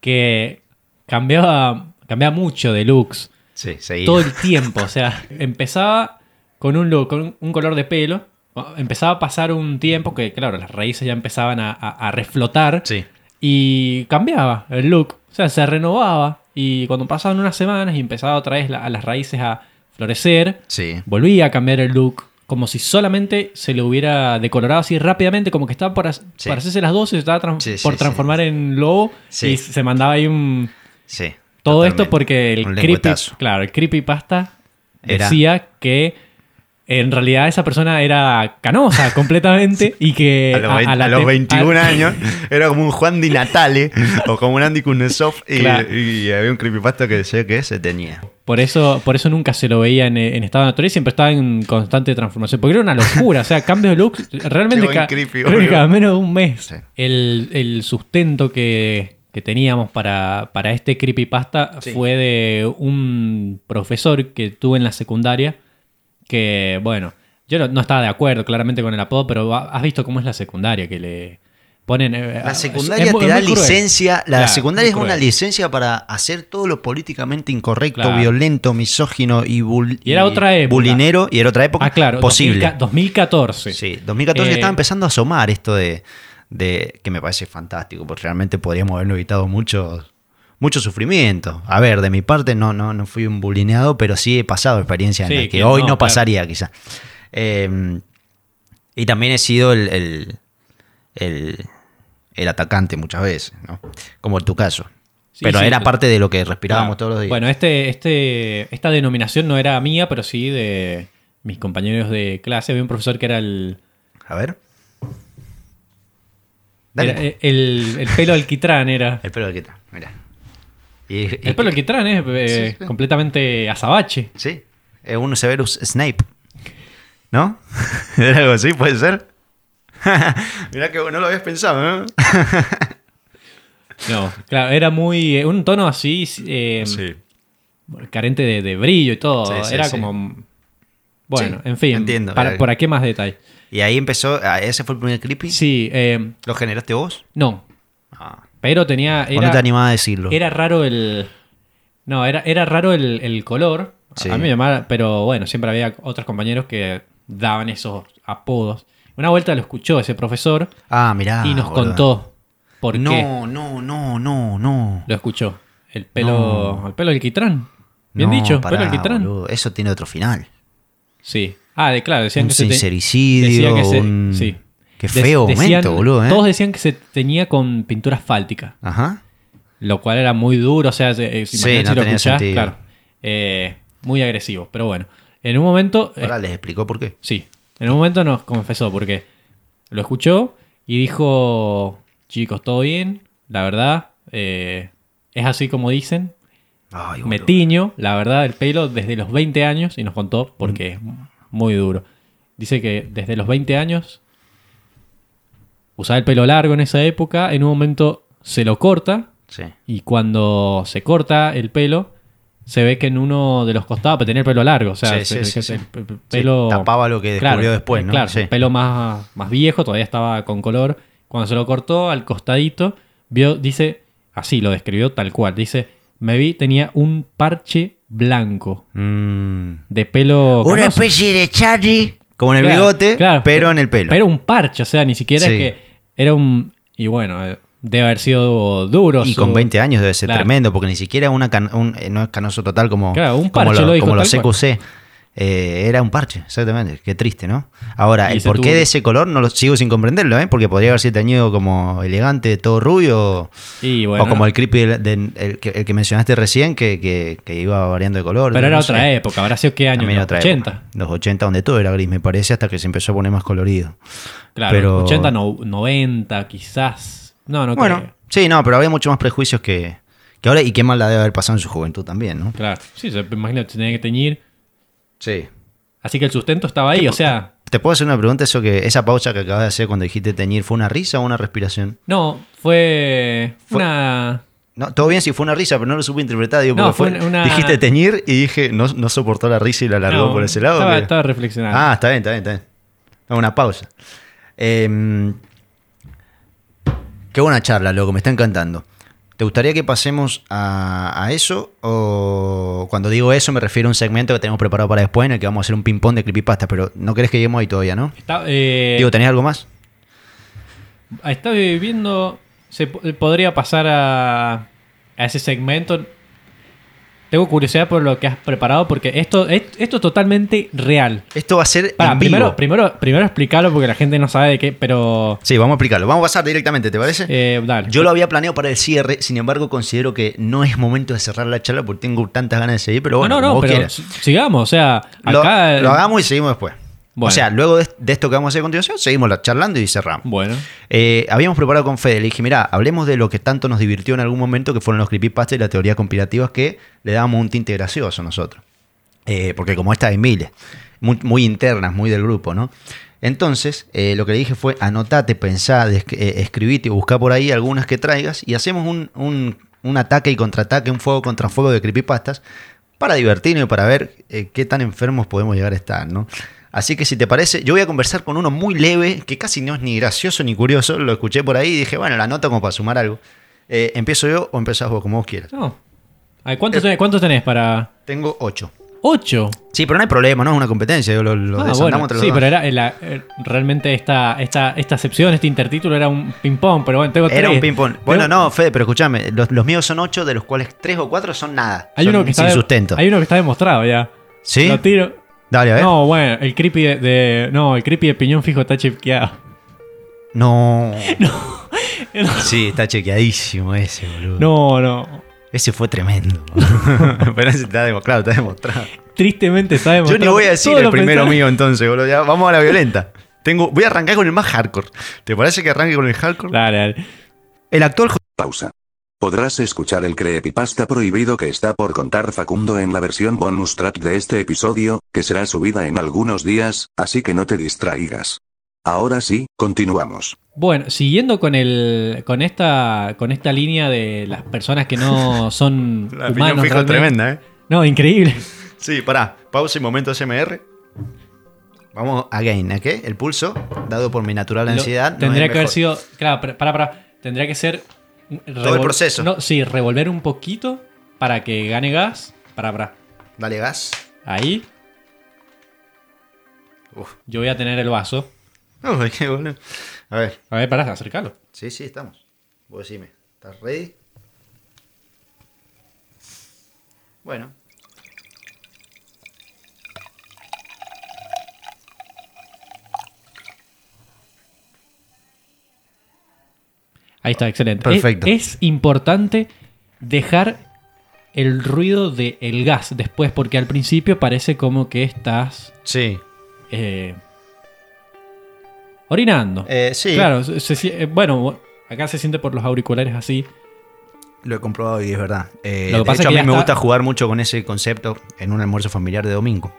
que cambiaba, cambiaba mucho de looks Sí, seguí. todo el tiempo. O sea, empezaba con un look, con un color de pelo. Empezaba a pasar un tiempo que, claro, las raíces ya empezaban a, a- a reflotar. Sí. Y cambiaba el look. O sea, se renovaba. Y cuando pasaban unas semanas y empezaba otra vez la- a las raíces a florecer, Sí. volvía a cambiar el look. Como si solamente se lo hubiera decolorado así rápidamente, como que estaba por, hac- Sí. por hacerse las 12, se estaba tran- Sí, sí, por sí. transformar en lobo Sí. y se mandaba ahí un. Sí. Todo totalmente. esto porque el Un creepy, lengüetazo. claro, el creepypasta Era- decía que en realidad esa persona era canosa completamente y que A los, vein- Eh, a- a la a los tem- 21 a- años era como un Juan Di Natale o como un Andy Kuznetsov y, Claro. y había un creepypasta que decía que se tenía. Por eso, por eso nunca se lo veía en, en estado natural y siempre estaba en constante transformación. Porque era una locura, o sea, cambios de look realmente Qué buen ca- creepy, creo que boludo. cada menos de un mes. Sí. El, el sustento que, que teníamos para, para este creepypasta fue de un profesor que tuve en la secundaria que, bueno, yo no, no estaba de acuerdo claramente con el apodo, pero va- has visto cómo es la secundaria que le ponen... eh, La es- secundaria es muy- te es da muy cruel. licencia, la Claro, secundaria muy es una cruel. licencia para hacer todo lo políticamente incorrecto, Claro. violento, misógino y, bul- Y era otra época. bulinero y era otra época Ah, claro, posible. 2000 2014. Sí, 2014 Eh, estaba empezando a asomar esto de, de- que me parece fantástico, porque realmente podríamos haberlo evitado mucho, mucho sufrimiento. A ver, de mi parte no, no, no fui un bulineado, pero sí he pasado experiencias Sí, en las que que hoy no, no, claro. pasaría quizá. Eh, y también he sido el, el, el- el atacante muchas veces, ¿no? Como en tu caso. Sí, pero sí, era sí. parte de lo que respirábamos Claro. todos los días. Bueno, este, este, esta denominación no era mía, pero sí de mis compañeros de clase. Había un profesor que era el, a ver. Dale. era el, el pelo alquitrán. Era. el pelo de quita, mira. Y- y- El pelo alquitrán es eh, completamente azabache. Sí, es un Severus Snape. ¿No? ¿Era algo así? ¿Puede ser? Mirá que no lo habías pensado, ¿eh? ¿no? No, claro, era muy. eh, un tono así. eh, Sí. Carente de, de brillo y todo. Sí, sí, era sí. como. Bueno, Sí, en fin. entiendo, eh. para- era- ¿Por aquí más detalle? Y ahí empezó. ah, ¿Ese fue el primer creepy? Sí, eh, ¿Lo generaste vos? no. Ah. Pero tenía. ¿O no te Era, animaba a decirlo? era raro el. No, era, era raro el, el color. A- Sí. A mí me llamaba. Pero bueno, siempre había otros compañeros que daban esos apodos. Una vuelta lo escuchó ese profesor Ah, mirá. y nos boludo. contó por qué No, no, no, no, no. lo escuchó. El pelo. El pelo alquitrán. Bien No, dicho, pará, pelo alquitrán. boludo, Eso tiene otro final. Sí. Ah, de, claro, decían un que se te- sincericidio. decían que se- un- sí. Qué De- feo decían- momento, boludo, ¿eh? Todos decían que se tenía con pintura asfáltica, Ajá. lo cual era muy duro, o sea, eh, Sí, imagínate no si lo tenía escuchás, sentido. claro. Eh, muy agresivo, pero bueno. En un momento, eh, Ahora les explicó por qué. sí, en un momento nos confesó porque lo escuchó y dijo, chicos, todo bien, la verdad, eh, es así como dicen, Ay, me boludo. tiño, la verdad, el pelo desde los 20 años y nos contó porque es Mm. muy duro. Dice que desde los 20 años usaba el pelo largo en esa época, en un momento se lo corta Sí. y cuando se corta el pelo se ve que en uno de los costados, pero tenía el pelo largo, o sea, Sí, se- sí, sí, que sí. el pe- pe- Sí, pelo... tapaba lo que descubrió después, ¿no? Claro, Sí. pelo más, más viejo, todavía estaba con color. Cuando se lo cortó al costadito, vio, dice, así lo describió tal cual, dice, me vi, tenía un parche blanco Mm. de pelo... Una canoso. especie de Charlie. Como en el Claro, bigote, claro. pero en el pelo. Pero un parche, o sea, ni siquiera Sí. es que era un... Y bueno, eh, debe haber sido duro. y su- con 20 años debe ser Claro. tremendo, porque ni siquiera una can- un, eh, no es canoso total como, Claro, un como, parche lo- lo dijo como los tal cual. CQC. Eh, era un parche, exactamente. Qué triste, ¿no? Ahora, Y el ese porqué tuvo- de ese color no lo sigo sin comprenderlo, ¿eh? Porque podría haber sido teñido como elegante, todo rubio. Y bueno, o como el creepy del- del- el, que, el que mencionaste recién, que, que- que iba variando de color. Pero no era sé. otra época, habrá sido qué año, También los otra 80. época. Los 80, donde todo era gris, me parece, hasta que se empezó a poner más colorido. Claro, Pero- 80, no- 90 quizás. No, no bueno, creo. sí, no, pero había mucho más prejuicios que, que ahora. Y qué mal la debe haber pasado en su juventud también, ¿no? Claro, sí, se imagina que tenía que teñir. Sí. Así que el sustento estaba ahí, o sea, ¿Te puedo hacer una pregunta? Eso que esa pausa que acabas de hacer cuando dijiste teñir, ¿fue una risa o una respiración? no, fue, Fue- una... No, todo bien si fue una risa, pero no lo supe interpretar. Digo, No, porque fue una- Dijiste teñir y dije, no, no soportó la risa y la largó no, por ese lado. Estaba, ¿o qué? estaba reflexionando. Ah, está bien, está bien, está bien. No, Una pausa. Eh, qué buena charla, loco, me está encantando. ¿Te gustaría que pasemos a, a eso? O cuando digo eso me refiero a un segmento que tenemos preparado para después en el que vamos a hacer un ping-pong de creepypasta, pero no querés que lleguemos ahí todavía, ¿no? Está, eh, Digo, ¿tenés algo más? está viviendo... Se po- eh, podría pasar a, a ese segmento. Tengo curiosidad por lo que has preparado porque esto, es- esto es totalmente real. Esto va a ser Para, en vivo. primero, primero, primero explicarlo porque la gente no sabe de qué, pero... Sí, vamos a explicarlo. Vamos a pasar directamente, ¿te parece? eh, dale. Yo lo había planeado para el cierre, sin embargo considero que no es momento de cerrar la charla porque tengo tantas ganas de seguir, pero bueno, no, no, como no, vos pero quieras. si- sigamos, o sea, Lo, acá... eh, lo hagamos y seguimos después. O Bueno. sea, luego de, de esto que vamos a hacer a continuación, seguimos la- charlando y cerramos. Bueno, Eh, habíamos preparado con Fede, le dije, mirá, hablemos de lo que tanto nos divirtió en algún momento, que fueron los creepypastas y las teorías conspirativas que le dábamos un tinte gracioso nosotros. Eh, porque como esta hay miles, muy, muy internas, muy del grupo, ¿no? Entonces, eh, lo que le dije fue, anotate, pensá, des- eh, escribite o buscá por ahí algunas que traigas y hacemos un, un- un ataque y contraataque, un fuego contra fuego de creepypastas para divertirnos y para ver eh, qué tan enfermos podemos llegar a estar, ¿no? Así que si te parece, yo voy a conversar con uno muy leve, que casi no es ni gracioso ni curioso, lo escuché por ahí y dije, bueno, la anoto como para sumar algo. Eh, ¿Empiezo yo o empezás vos, como vos quieras? no. A ver, Eh. ¿cuántos, tenés, cuántos tenés para...? Tengo ocho. ¿Ocho? Sí, pero no hay problema, no es una competencia, yo lo, lo Ah, desandamos bueno, entre los sí, dos. pero era, era- eh, realmente esta, esta, esta sección, este intertítulo era un ping-pong, pero bueno, tengo Era tres. un ping-pong. Tengo- Bueno, no, Fede, pero escúchame, los, los míos son ocho, de los cuales tres o cuatro son nada. Hay son uno, que está sin de- sustento. hay uno que está demostrado ya. ¿Sí? Lo tiro. Dale, a ver. No. No, bueno, el creepy de, de- No, el creepy de piñón fijo está chipqueado. Sí, está chequeadísimo ese, boludo. No, no. Ese fue tremendo. pero ese está demostrado, está demostrado. Tristemente está Yo demostrado. ni voy a decir Todo el lo primero pensaba. mío entonces, boludo. Ya, vamos a la violenta. Tengo, voy a arrancar con el más hardcore. ¿Te parece que arranque con el hardcore? Dale, dale. El actual Pausa. Podrás escuchar el creepypasta prohibido que está por contar Facundo en la versión bonus track de este episodio, que será subida en algunos días, así que no te distraigas. Ahora sí, continuamos. Bueno, siguiendo con el con esta con esta línea de las personas que no son La opinión humanos fijo es realmente. tremenda, ¿eh? No, increíble. Sí, pará. Pausa y momento SMR. Vamos again, ¿a qué? El pulso, dado por mi natural Lo- ansiedad. no tendría es que haber mejor. sido. Claro, pero- pará, pará. Tendría que ser. Todo el proceso. No, sí, revolver un poquito para que gane gas. Pará, pará. Dale gas. Ahí. Uf. Yo voy a tener el vaso. Uy, qué boludo. A ver. A ver, pará, acercalo. Sí, sí, estamos. Vos decime. ¿Estás ready? Bueno. Ahí está, excelente. Perfecto. Es, es importante dejar el ruido del gas después, porque al principio parece como que estás Sí. eh, orinando. Eh, sí. Claro, se- se sie- eh, bueno, acá se siente por los auriculares así. Lo he comprobado y es verdad. Eh, Lo que de pasa hecho, es que a ya mí me está- gusta jugar mucho con ese concepto en un almuerzo familiar de domingo.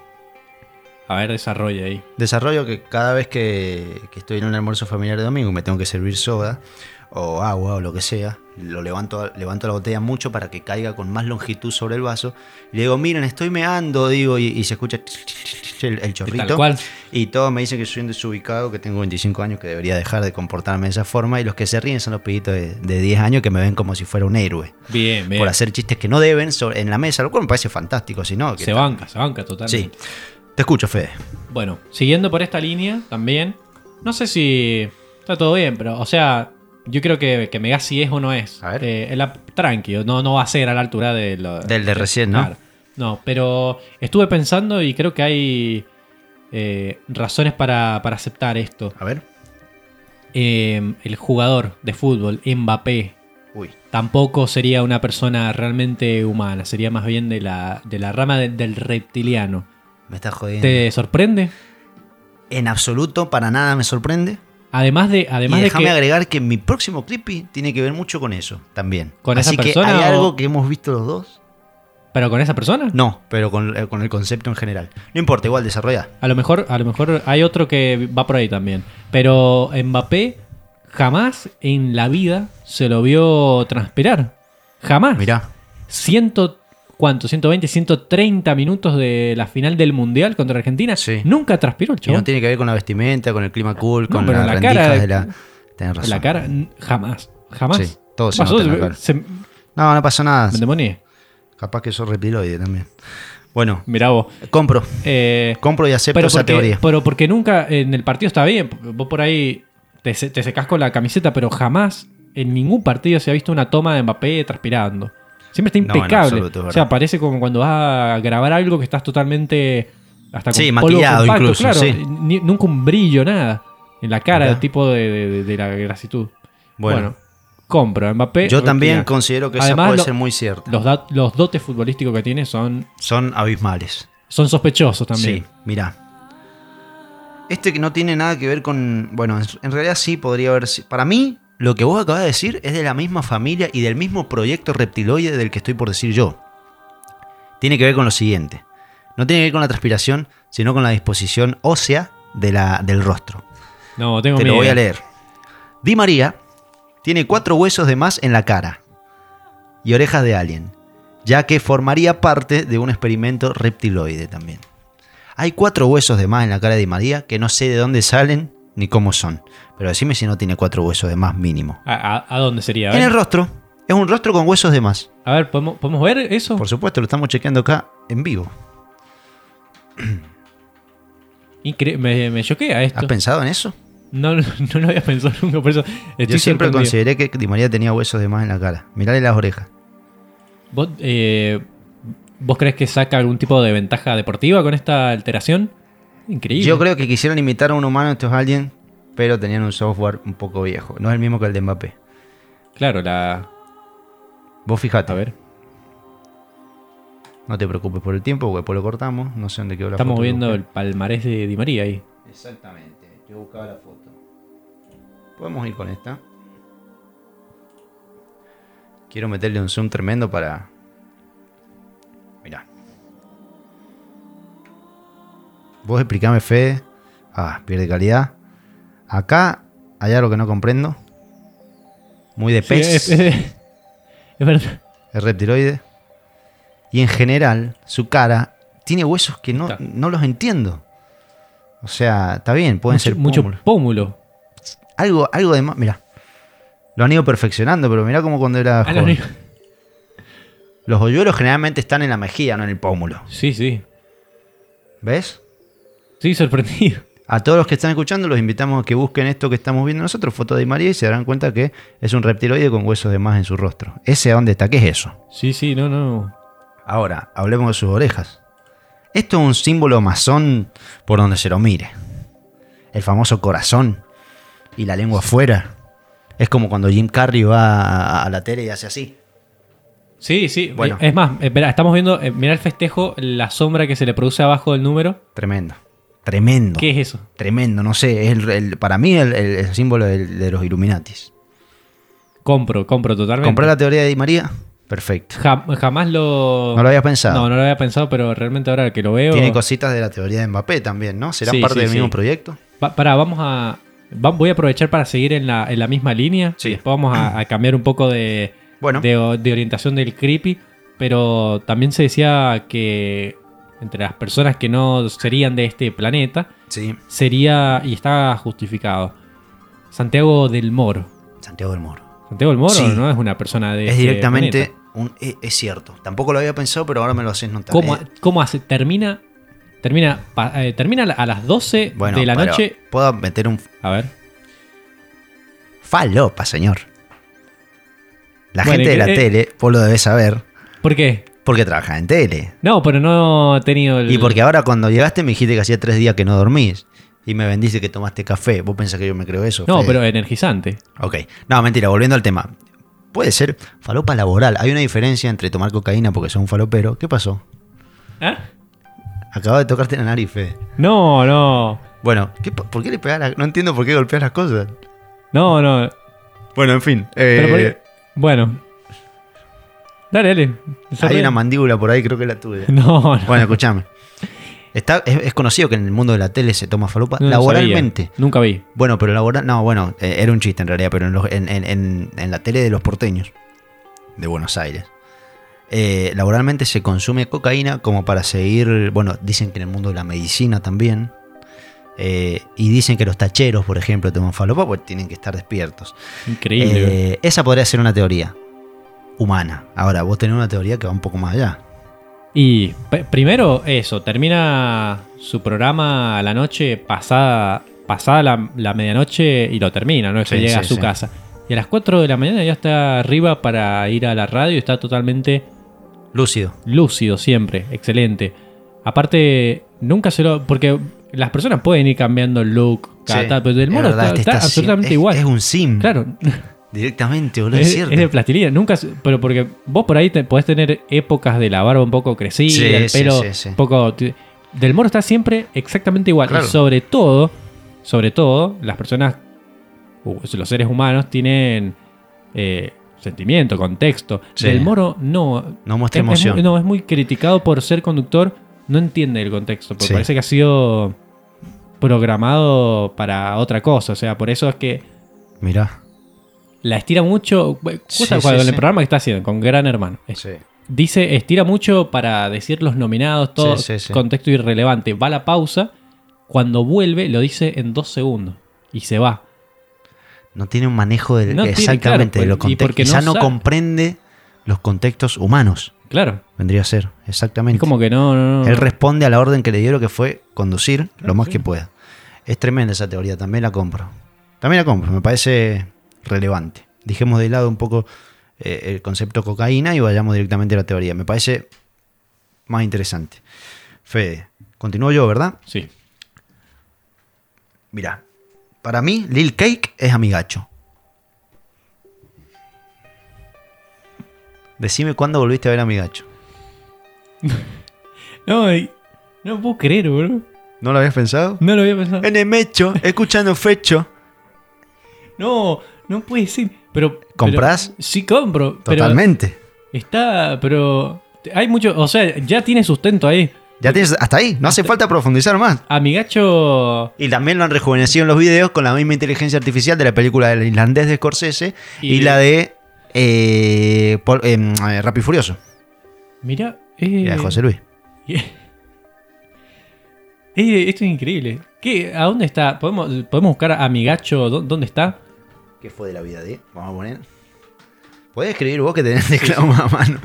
A ver, desarrolla ahí. Desarrollo que cada vez que, que estoy en un almuerzo familiar de domingo y me tengo que servir soda o agua o lo que sea, lo levanto, levanto la botella mucho para que caiga con más longitud sobre el vaso. Y le digo, miren, estoy meando, digo, y, y se escucha el, el chorrito. Tal cual. Y todos me dicen que soy un desubicado, que tengo 25 años, que debería dejar de comportarme de esa forma. Y los que se ríen son los piditos de, de 10 años que me ven como si fuera un héroe. Bien, bien. Por hacer chistes que no deben sobre- en la mesa, lo cual me parece fantástico, si no... que- se banca, se banca Sí. totalmente. Te escucho, Fede. Bueno, siguiendo por esta línea también. No sé si está todo bien, pero, o sea, yo creo que, que Mega si es o no es. A ver. Eh, el ap- tranqui, no, no va a ser a la altura de lo- Del de recién, ¿no? Claro. No, pero estuve pensando y creo que hay eh, razones para, para aceptar esto. A ver. Eh, el jugador de fútbol, Mbappé, Uy. tampoco sería una persona realmente humana, sería más bien de la, de la rama de- del reptiliano. Me está jodiendo. ¿Te sorprende? En absoluto, para nada me sorprende. Además de, además y de déjame que agregar que mi próximo creepy tiene que ver mucho con eso también. ¿Con Así esa que persona hay o- algo que hemos visto los dos. ¿Pero con esa persona? No, pero con, eh, con el concepto en general. No importa, igual desarrolla. A lo mejor, a lo mejor hay otro que va por ahí también. Pero Mbappé jamás en la vida se lo vio transpirar. Jamás. Mirá. Ciento, ¿Cuánto? 120, 130 minutos de la final del Mundial contra Argentina. Sí. Nunca transpiró el Y chabón. no tiene que ver con la vestimenta, con el clima cool, No, con pero las la rendijas cara- de la. Tenés razón. la cara, n- jamás. Jamás. Sí, todo se Pasó, nota en la cara. se- me No, no pasa nada. endemonié. Capaz que sos repiloide también. Bueno, Mirá vos. compro. Eh, Compro y acepto pero esa porque, teoría. pero porque nunca en el partido está bien. Vos por ahí te, se- te secás con la camiseta, pero jamás en ningún partido se ha visto una toma de Mbappé transpirando. Siempre está No, en impecable. absoluto, es o sea, verdad. parece como cuando vas a grabar algo que estás totalmente hasta con Sí, polvo maquillado compacto, incluso, claro. sí. Ni- nunca un brillo, nada. En la cara, Mirá. tipo de, de- de la grasitud. Bueno, Bueno. compro a Mbappé. Yo también Retina. considero que esa Además, puede lo- ser muy cierta. Los, dat- los dotes futbolísticos que tiene son, Son abismales. son sospechosos Sí, también. mirá. Este que no tiene nada que ver con. Bueno, en- en realidad sí podría haber. si- Para mí, lo que vos acabas de decir es de la misma familia y del mismo proyecto reptiloide del que estoy por decir yo. Tiene que ver con lo siguiente: no tiene que ver con la transpiración, sino con la disposición ósea de la, del rostro. No, tengo Te lo miedo. voy a leer. Di María tiene cuatro huesos de más en la cara y orejas de alien, ya que formaría parte de un experimento reptiloide también. Hay cuatro huesos de más en la cara de Di María que no sé de dónde salen ni cómo son, pero decime si no tiene cuatro huesos de más mínimo. ¿A, a- a dónde sería? A En ver. el rostro, es un rostro con huesos de más. A ver, ¿podemos, podemos ver eso? Por supuesto, lo estamos chequeando acá en vivo. Incre- me, me choquea esto. ¿Has pensado en eso? No, no, no lo había pensado nunca, por eso estoy Yo siempre sorprendido. consideré que Di María tenía huesos de más en la cara. Mirale las orejas. ¿Vos, eh, ¿Vos crees que saca algún tipo de ventaja deportiva con esta alteración? Increíble. Yo creo que quisieron imitar a un humano estos aliens, pero tenían un software un poco viejo. No es el mismo que el de Mbappé. Claro, la... Vos fijate. A ver, No te preocupes por el tiempo, porque después lo cortamos. No sé dónde quedó la estamos foto. viendo el palmarés de Di María ahí. Exactamente. Yo buscaba la foto. Podemos ir con esta. Quiero meterle un zoom tremendo para. Mirá. Vos explicame, Fede. Ah, pierde calidad. Acá hay algo que no comprendo. Muy de Sí, pez. es, es- es verdad. Es reptiloide. Y en general, su cara tiene huesos que no, Está. no los entiendo. O sea, está bien, pueden mucho, ser mucho pómulos. pómulo. Algo, algo de más. Mirá. Lo han ido perfeccionando, pero mirá como cuando era Ah, joven. no, no. Los hoyuelos generalmente están en la mejilla, no en el pómulo. Sí, sí. ¿Ves? Sí, sorprendido. A todos los que están escuchando, los invitamos a que busquen esto que estamos viendo nosotros, foto de María, y se darán cuenta que es un reptiloide con huesos de más en su rostro. ¿Ese a dónde está? ¿Qué es eso? Sí, sí, no, no. Ahora, hablemos de sus orejas. Esto es un símbolo masón por donde se lo mire. El famoso corazón y la lengua afuera. Es como cuando Jim Carrey va a- a la tele y hace así. Sí, sí. Bueno. Es más, eh, verá, estamos viendo, eh, mirá el festejo, la sombra que se le produce abajo del número. Tremendo. Tremendo. ¿Qué es eso? Tremendo, no sé. Es el- el- para mí el, el- el símbolo del- de los Illuminatis. Compro, compro totalmente. ¿Compré la teoría de Di María? Perfecto. Jam- jamás lo... No lo había pensado. No, no lo había pensado, pero realmente ahora que lo veo... Tiene cositas de la teoría de Mbappé también, ¿no? ¿Serán Sí, parte sí, del sí. mismo proyecto? Pa- pará, vamos a. va- voy a aprovechar para seguir en la, en la misma línea. Sí. Después vamos a, a cambiar un poco de, Bueno. de, o- de orientación del creepy. Pero también se decía que entre las personas que no serían de este planeta, Sí. sería, y está justificado, Santiago del Moro. Santiago del Moro. Santiago del Moro Sí. no es una persona de... Es este directamente planeta. un. e- Es cierto. Tampoco lo había pensado, pero ahora me lo haces notar. ¿Cómo, Eh, cómo hace? Termina, termina, pa- eh, termina a las 12 bueno, de la pero noche. Puedo meter un. A ver. Falopa, señor. La Bueno, gente de ¿y la qué- eh? tele, vos lo debes saber, ¿Por qué? porque trabaja en tele. No, pero no he tenido el... Y porque ahora cuando llegaste me dijiste que hacía tres días que no dormís. Y me vendiste que tomaste café. ¿Vos pensás que yo me creo eso? No, Fede? pero eh, energizante. Ok. No, mentira, volviendo al tema. Puede ser falopa laboral. Hay una diferencia entre tomar cocaína porque sos un falopero. ¿Qué pasó? ¿Ah? Acabas de tocarte la nariz, Fede. No, no. Bueno, ¿qué pa- ¿por qué le pegás la- No entiendo por qué golpeas las cosas. No, no. Bueno, en fin. eh, Pero por- Bueno. Dale, dale. hay una mandíbula por ahí, creo que es la tuya. No, no. Bueno, escúchame. Está, es, es conocido que en el mundo de la tele se toma falopa No lo laboralmente. sabía. Nunca vi. Bueno, pero laboral. No, bueno, eh, era un chiste en realidad, pero en, los- en- en- en- en la tele de los porteños de Buenos Aires. eh, laboralmente se consume cocaína como para seguir. Bueno, dicen que en el mundo de la medicina también. eh, y dicen que los tacheros, por ejemplo, toman falopa porque tienen que estar despiertos. Increíble. Eh, esa podría ser una teoría humana. Ahora, vos tenés una teoría que va un poco más allá. Y p- primero eso, termina su programa a la noche pasada, pasada la, la medianoche y lo termina, ¿no? Se Sí, llega sí, a su sí. casa. Y a las 4 de la mañana ya está arriba para ir a la radio y está totalmente Lúcido. lúcido siempre, excelente. Aparte, nunca se lo. Porque las personas pueden ir cambiando el look, cada Sí, tal, pero es el mono verdad, está, este está está sim- absolutamente es- igual. Es un sim. Claro, Directamente, boludo, es, es, cierto. es de plastilina. Nunca, se- pero porque vos por ahí te, podés tener épocas de la barba un poco crecida, Sí, el sí, pelo sí, sí. un poco. ti- Del moro está siempre exactamente igual. Claro. Y sobre todo, sobre todo, las personas, u- los seres humanos, tienen eh, sentimiento, contexto. Sí. Del moro no. No muestra Es- es emoción. muy- no, es muy criticado por ser conductor, no entiende el contexto, porque Sí. parece que ha sido programado para otra cosa. O sea, por eso es que Mirá. la estira mucho. Justo Sí, cuando sí, el sí. programa que está haciendo, con Gran Hermano. Es- Dice, estira mucho para decir los nominados, todo Sí, sí, sí. contexto irrelevante. Va a la pausa, cuando vuelve lo dice en dos segundos y se va. No tiene un manejo del, No tiene, exactamente claro, de los y contextos. porque no Quizá no, sabe. comprende los contextos humanos, Claro. vendría a ser. Exactamente. Es como que no, no, no. Él responde a la orden que le dieron que fue conducir lo más que pueda. Es tremenda esa teoría, también la compro. También la compro, me parece relevante. Dejemos de lado un poco eh, el concepto cocaína y vayamos directamente a la teoría. Me parece más interesante. Fede, continúo yo, ¿verdad? Sí. Mirá, para mí Lil Cake es amigacho. Decime cuándo volviste a ver a amigacho. No, y- no puedo creer, bro. ¿No lo habías pensado? No lo había pensado. En el mecho, escuchando fecho. No, no puede ser. Pero, ¿Comprás? pero- sí, compro. pero Totalmente. está, pero hay mucho, o sea, ya tiene sustento ahí. Ya tienes hasta ahí, no hace falta profundizar más. A mi gacho Y también lo han rejuvenecido en los videos con la misma inteligencia artificial de la película del irlandés de Scorsese y, Y- la de eh, Pol- em, eh, Rápido y Furioso, mira, y la de José Luis. Eh, esto es increíble. ¿Qué? ¿A dónde está? ¿Podemos, podemos buscar a mi gacho? ¿Dó- ¿Dónde está? ¿Qué fue de la vida de? Vamos a poner. Podés escribir vos que tenés teclado más a mano.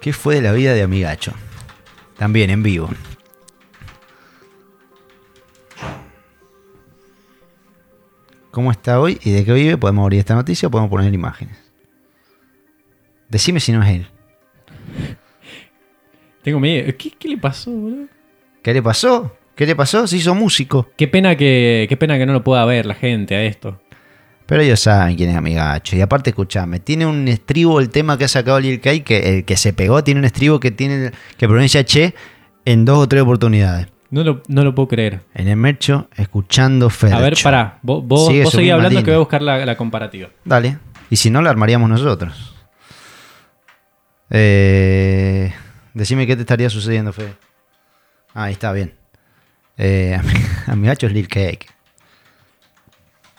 ¿Qué fue de la vida de Amigacho? También en vivo. ¿Cómo está hoy y de qué vive? Podemos abrir esta noticia o podemos poner imágenes. Decime si no es él. Tengo miedo. ¿Qué, qué le pasó, boludo? ¿Qué le pasó? ¿Qué le pasó? Se hizo músico. Qué pena que, qué pena que no lo pueda ver la gente a esto. Pero ellos saben quién es Amigacho. Y aparte, escuchame, tiene un estribo el tema que ha sacado Lil Kay, que el que se pegó, tiene un estribo que tiene que pronuncia Che en dos o tres oportunidades. No lo, no lo puedo creer. En el mercho, escuchando Fercho. A ver, pará. Vos, vos, Sigue vos su seguí misma hablando que línea. voy a buscar la, la comparativa. Dale. Y si no, la armaríamos nosotros. Eh, decime qué te estaría sucediendo, Fede. Ah, Ahí está, bien. Eh, Amigacho es Lil Cake.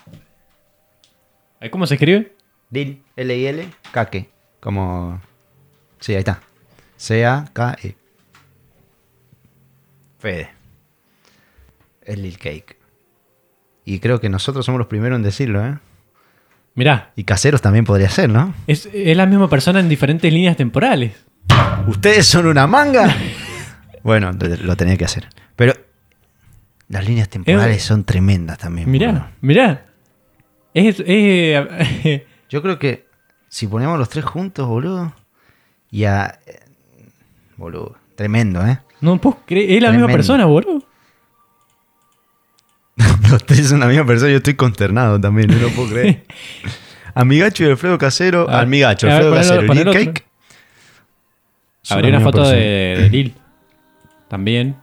Ay, Eh, ¿Cómo se escribe? Lil, L-I-L, Kake. Como. Sí, ahí está. C-A-K-E. E. Fede. Es Lil Cake. Y creo que nosotros somos los primeros en decirlo, ¿eh? Mirá, Y caseros también podría ser, ¿no? es, es la misma persona en diferentes líneas temporales. ¿Ustedes son una manga? bueno, lo lo tenía que hacer. Pero. Las líneas temporales son tremendas también. Mirá, boludo. mirá. Es, es- Yo creo que si ponemos los tres juntos, boludo. Ya. Boludo. Tremendo, ¿eh? no puedo creer. Es la Tremendo. misma persona, boludo. Los tres son la misma persona, yo estoy consternado también, no lo puedo creer. Amigacho y Alfredo Casero. A ver, Amigacho, a ver, Alfredo ponelo- Casero. y ponelo Lil otro. Cake. son Abrí la una misma foto de, persona. de Lil. También.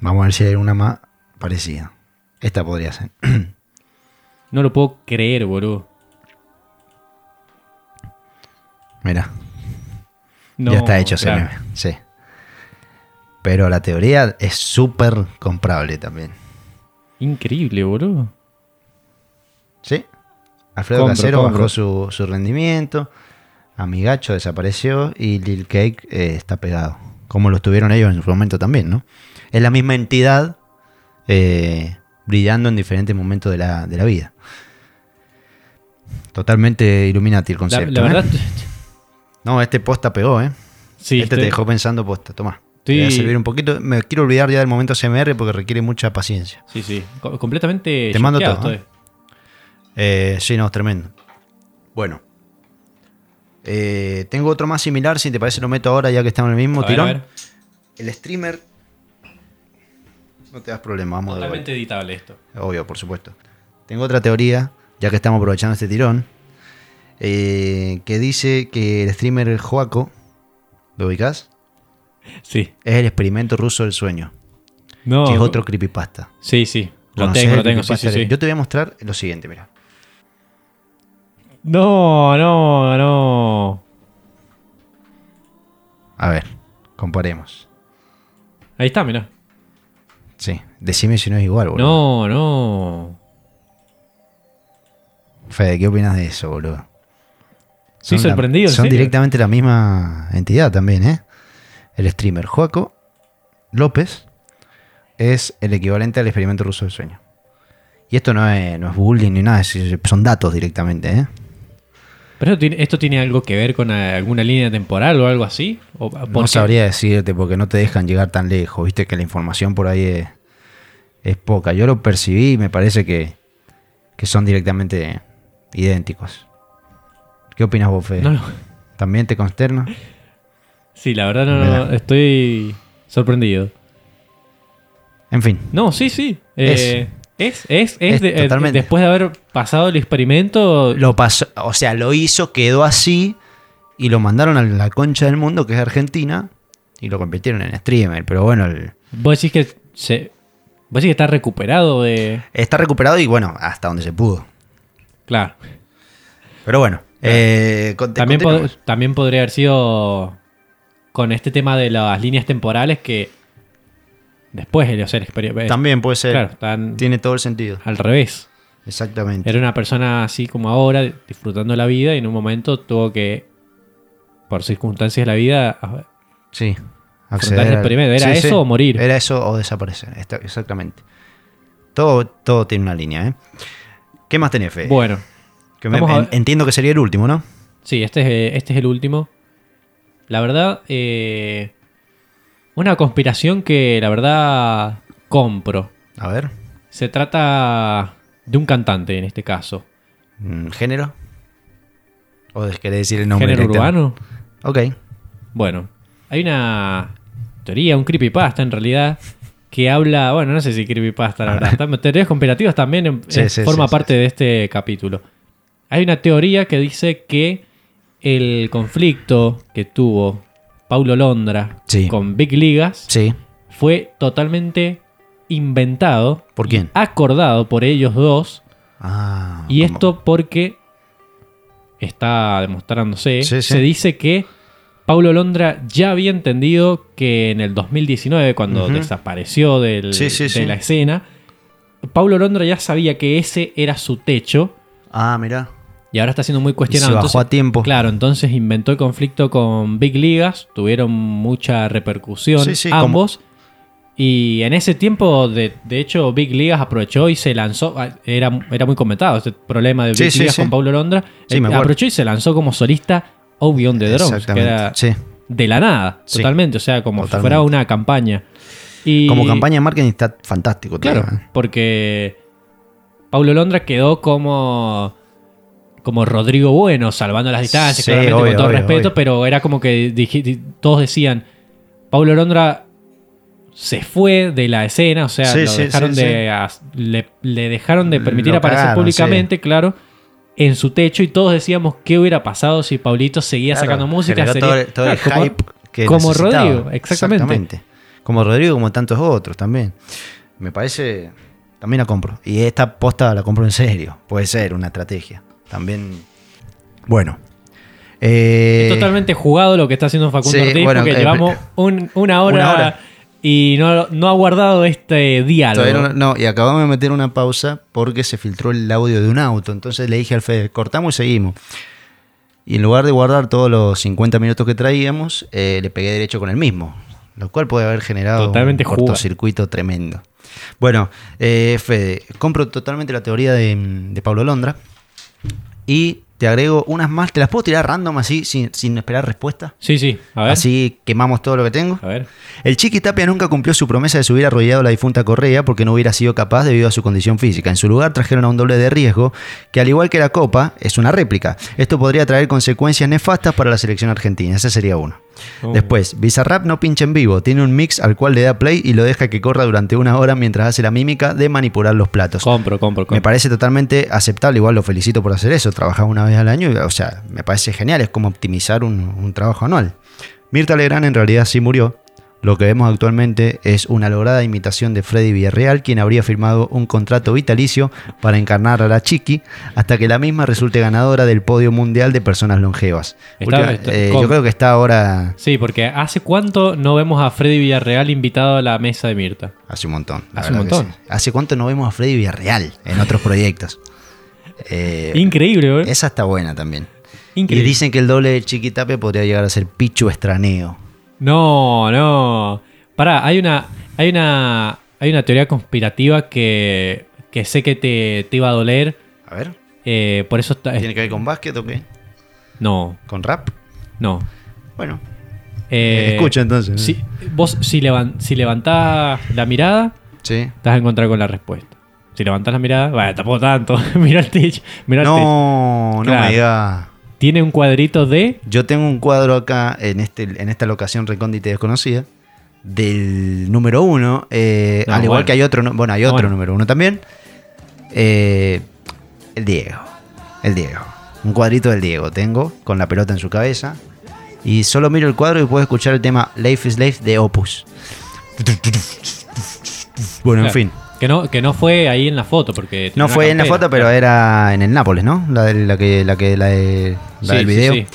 Vamos a ver si hay una más parecida. Esta podría ser. No lo puedo creer, boludo. Mirá, No, ya está hecho ese claro. meme, Sí. Pero la teoría es súper comprable también. Increíble, boludo. ¿Sí? Alfredo Compro, Casero compro. bajó su, su rendimiento. Amigacho desapareció y Lil Cake eh, está pegado. Como lo estuvieron ellos en su momento también, ¿no? Es la misma entidad eh, brillando en diferentes momentos de la, de la vida. Totalmente Illuminati el La, concepto. la ¿eh? verdad, No, este posta pegó, ¿eh? sí. este te estoy- dejó pensando posta. Tomá. Te Sí. voy a servir un poquito. Me quiero olvidar ya del momento CMR porque requiere mucha paciencia. Sí, sí. Co- completamente. Te mando choqueado todo, estoy. Eh, sí, no, es tremendo. Bueno. Eh, tengo otro más similar, si te parece lo meto ahora ya que estamos en el mismo A ver, a tirón. ver. El streamer... No te das problema, vamos a darle Totalmente editable esto. vuelta. Obvio, por supuesto. Tengo otra teoría, ya que estamos aprovechando este tirón, eh, que dice que el streamer Joaco, ¿lo ubicás? Sí. Es el experimento ruso del sueño, No. que es otro creepypasta. Sí, sí. Oh. Lo ¿Conocés tengo, el lo tengo. Sí, sí, creepypasta? sí. Yo te voy a mostrar lo siguiente, mira. No, no, no. A ver, comparemos. Ahí está, mirá. Sí, decime si no es igual, boludo. No, no. Fede, ¿qué opinas de eso, boludo? Son Estoy la- sorprendido, en son serio. directamente la misma entidad también, ¿eh? El streamer Joaco López es el equivalente al experimento ruso del sueño. Y esto no es, no es bullying ni nada, es- son datos directamente, ¿eh? ¿Pero esto tiene, esto tiene algo que ver con eh, alguna línea temporal o algo así? ¿O por No qué? sabría decirte porque no te dejan llegar tan lejos, viste que la información por ahí es, es poca. Yo lo percibí y me parece que, que son directamente idénticos. ¿Qué opinas vos, Fede? No lo- ¿También te consterna? sí, la verdad no, no, Mirá. estoy sorprendido. En fin. No, sí, sí. Eh, es, es, es, Es de- eh, totalmente. después de haber pasado el experimento. Lo pasó, o sea, lo hizo, quedó así y lo mandaron a la concha del mundo, que es Argentina, y lo convirtieron en streamer. Pero bueno, el- Vos decís que se, vos decís que está recuperado de. está recuperado y bueno, hasta donde se pudo. Claro. Pero bueno. eh, con- te- También, continúo. pod- también podría haber sido con este tema de las líneas temporales que después de hacer experimentos. También puede ser. Claro, están Tiene todo el sentido. al revés. Exactamente. Era una persona así como ahora, disfrutando la vida, y en un momento tuvo que, por circunstancias de la vida, a- Sí. Afrontar el al- experimento. ¿Era eso o morir? Era eso o desaparecer. Esta- exactamente. Todo, todo tiene una línea, ¿eh? ¿Qué más tenés, Fede? bueno, Que me- vamos a en- ver. entiendo que sería el último, ¿no? sí, este es, este es el último. La verdad, eh, una conspiración que la verdad compro. A ver. Se trata de un cantante en este caso. Mm, ¿Género? ¿O de- querés decir el nombre? ¿Género directamente? urbano? Ok. Bueno, hay una teoría, un creepypasta en realidad, que habla, bueno, no sé si creepypasta, la verdad. tam- Teorías comparativas también en- Sí, eh, sí, forma sí, parte de este capítulo. Hay una teoría que dice que el conflicto que tuvo Paulo Londra Sí. con Big Ligas Sí. fue totalmente inventado, ¿Por quién? acordado por ellos dos, Ah, y como- esto porque está demostrándose, Sí, sí. se dice que Paulo Londra ya había entendido que en el 2019, cuando Ujú. desapareció del- Sí, sí, de sí. la escena, Paulo Londra ya sabía que ese era su techo Ah, mirá. y ahora está siendo muy Y se cuestionado. bajó Entonces, a tiempo. Claro, entonces inventó el conflicto con Big Ligas, tuvieron mucha repercusión Sí, sí, ambos. Y en ese tiempo, de, de hecho, Big Ligas aprovechó y se lanzó. ah, Era, era muy comentado este problema de Big Sí, sí, Ligas sí. con Pablo Londra. Sí, Eh, me acuerdo. aprovechó y se lanzó como solista Obi on the Drums, que Exactamente. era Sí. de la nada, Sí. totalmente. O sea, como si Totalmente. fuera una campaña. Y, Como campaña de marketing está fantástico. te Claro, digo, ¿eh? porque Paulo Londra quedó como como Rodrigo Bueno, salvando las distancias, Sí, claramente obvio, con todo obvio, respeto, obvio. pero era como que dije- di- todos decían, Paulo Londra se fue de la escena, o sea, Sí, lo sí, dejaron sí, de, sí. as- le, le dejaron de permitir Lo aparecer cagaron, públicamente, claro, en su techo y todos decíamos qué hubiera pasado si Paulito seguía Claro, sacando música. generó sería- todo el, todo el claro, como- hype que como necesitaba. Rodrigo, exactamente. Como Rodrigo, como tantos otros también. Me parece. También la compro. Y esta posta la compro en serio. Puede ser una estrategia. También. Bueno. Eh, totalmente jugado lo que está haciendo Facundo sí, Ortiz bueno, porque eh, llevamos un- una, hora una hora. y no, no ha guardado este diálogo. todavía no, no, y acabamos de meter una pausa porque se filtró el audio de un auto. Entonces le dije al Fede, cortamos y seguimos. Y en lugar de guardar todos los 50 minutos que traíamos, eh, le pegué derecho con el mismo. Lo cual puede haber generado Totalmente un jugado. cortocircuito tremendo. Bueno, eh, Fede, compro totalmente la teoría de, de Pablo Londra. Y te agrego unas más. ¿Te las puedo tirar random así, sin, sin esperar respuesta? Sí, sí, a ver. Así quemamos todo lo que tengo. A ver. El Chiqui Tapia nunca cumplió su promesa de subir arrollado a la difunta Correa porque no hubiera sido capaz debido a su condición física. En su lugar trajeron a un doble de riesgo que al igual que la Copa es una réplica. Esto podría traer consecuencias nefastas para la selección argentina. Ese sería uno. Oh. Después, Bizarrap no pincha en vivo. Tiene un mix al cual le da play y lo deja que corra durante una hora mientras hace la mímica de manipular los platos. Compro, compro, Me compro. parece totalmente aceptable, igual lo felicito por hacer eso, trabajar una vez al año, y, o sea, me parece genial, es como optimizar un, un trabajo anual. Mirta Legrand en realidad sí murió, lo que vemos actualmente es una lograda imitación de Freddy Villarreal, quien habría firmado un contrato vitalicio para encarnar a la Chiqui, hasta que la misma resulte ganadora del podio mundial de personas longevas. Está- Última- está- eh, con- yo creo que está ahora Sí, porque hace cuánto no vemos a Freddy Villarreal invitado a la mesa de Mirta. hace un montón. la Hace un verdad que montón. sí. ¿Hace cuánto no vemos a Freddy Villarreal en otros proyectos? Eh, Increíble, ¿eh? esa está buena también. Increíble. Y dicen que el doble de Chiquitape podría llegar a ser Pichu Estraneo. No, no. Pará, hay una, hay una, hay una teoría conspirativa que, que sé que te, te iba a doler. A ver, eh, por eso está. ¿tiene que ver con básquet o qué? No, ¿Con rap? no. Bueno, Eh, escucha entonces. Si, vos, si, levan- si levantás la mirada, Sí. te vas a encontrar con la respuesta. Si levantás la mirada, bueno, tampoco tanto. mira el techo, mira el techo. No, no Claro. me diga. Tiene un cuadrito de. Yo tengo un cuadro acá en, este, en esta locación recóndita y desconocida del número uno. eh, No, al igual bueno. que hay otro, nu- bueno, hay otro Bueno. número uno también. Eh, el Diego. El Diego. Un cuadrito del Diego tengo con la pelota en su cabeza. Y solo miro el cuadro y puedo escuchar el tema Life is Life de Opus. Bueno, en Claro. fin. Que no, que no fue ahí en la foto, porque... tenía No una Eh, fue en la campera. foto, pero era en el Nápoles, ¿no? La, de- la que, la que, la, de- la Sí, del sí, video. sí.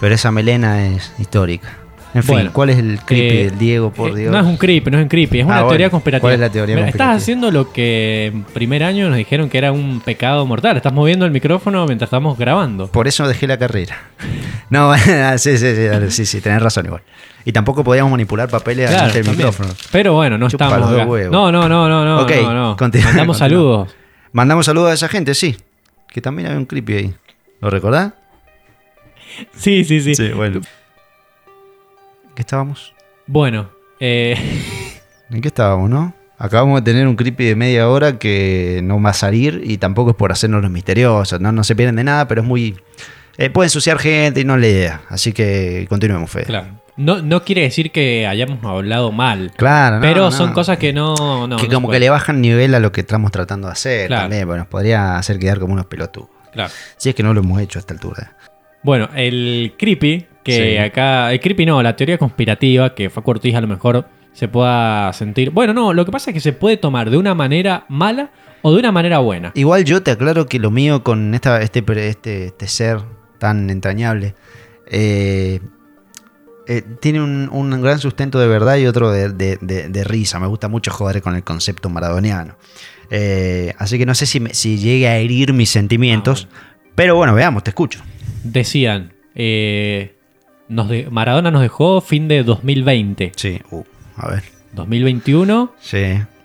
Pero esa melena es histórica. En fin, Bueno, ¿cuál es el creepy Eh, del Diego, por eh, Dios? No es un creepy, no es un creepy, es Ah, una bueno. teoría conspirativa. ¿Cuál es la teoría Mira, conspirativa? Estás haciendo lo que en primer año nos dijeron que era un pecado mortal. Estás moviendo el micrófono mientras estamos grabando. Por eso dejé la carrera. No, sí, sí, sí, dale, sí, sí, tenés razón igual. Y tampoco podíamos manipular papeles Claro, ante el también. micrófono. Pero bueno, no Chupa estamos. los dos acá. huevos. No, no, no, no, no. Ok, no, no. continu- Mandamos continuamos. saludos. Mandamos saludos a esa gente, sí. Que también había un creepy ahí. ¿Lo recordás? Sí, sí, sí. bueno. ¿Qué estábamos? Bueno, eh, ¿En qué estábamos, no? Acabamos de tener un creepy de media hora que no va a salir y tampoco es por hacernos los misteriosos, no, no se pierden de nada, pero es muy... eh, puede ensuciar gente y no es la idea. Así que continuemos, Fede. claro. No, no quiere decir que hayamos hablado mal. Claro, no, pero no. son cosas que no. no que como no se que puede. le bajan nivel a lo que estamos tratando de hacer Claro. también, porque nos podría hacer quedar como unos pelotudos. Claro. Si es que no lo hemos hecho a esta altura. Bueno, el creepy, que Sí. acá. El creepy no, la teoría conspirativa, que Facu Ortiz a lo mejor se pueda sentir. Bueno, no, lo que pasa es que se puede tomar de una manera mala o de una manera buena. Igual yo te aclaro que lo mío con esta, este, pre- este, este ser tan entrañable eh, eh, tiene un, un gran sustento de verdad y otro de, de- de- de risa. Me gusta mucho joder con el concepto maradoniano. Eh, así que no sé si, me- si llegue a herir mis sentimientos. Pero Ah, bueno, veamos, te escucho. Decían. eh, nos de- Maradona nos dejó fin de 2020. Sí, uh, a ver. 2021, Sí,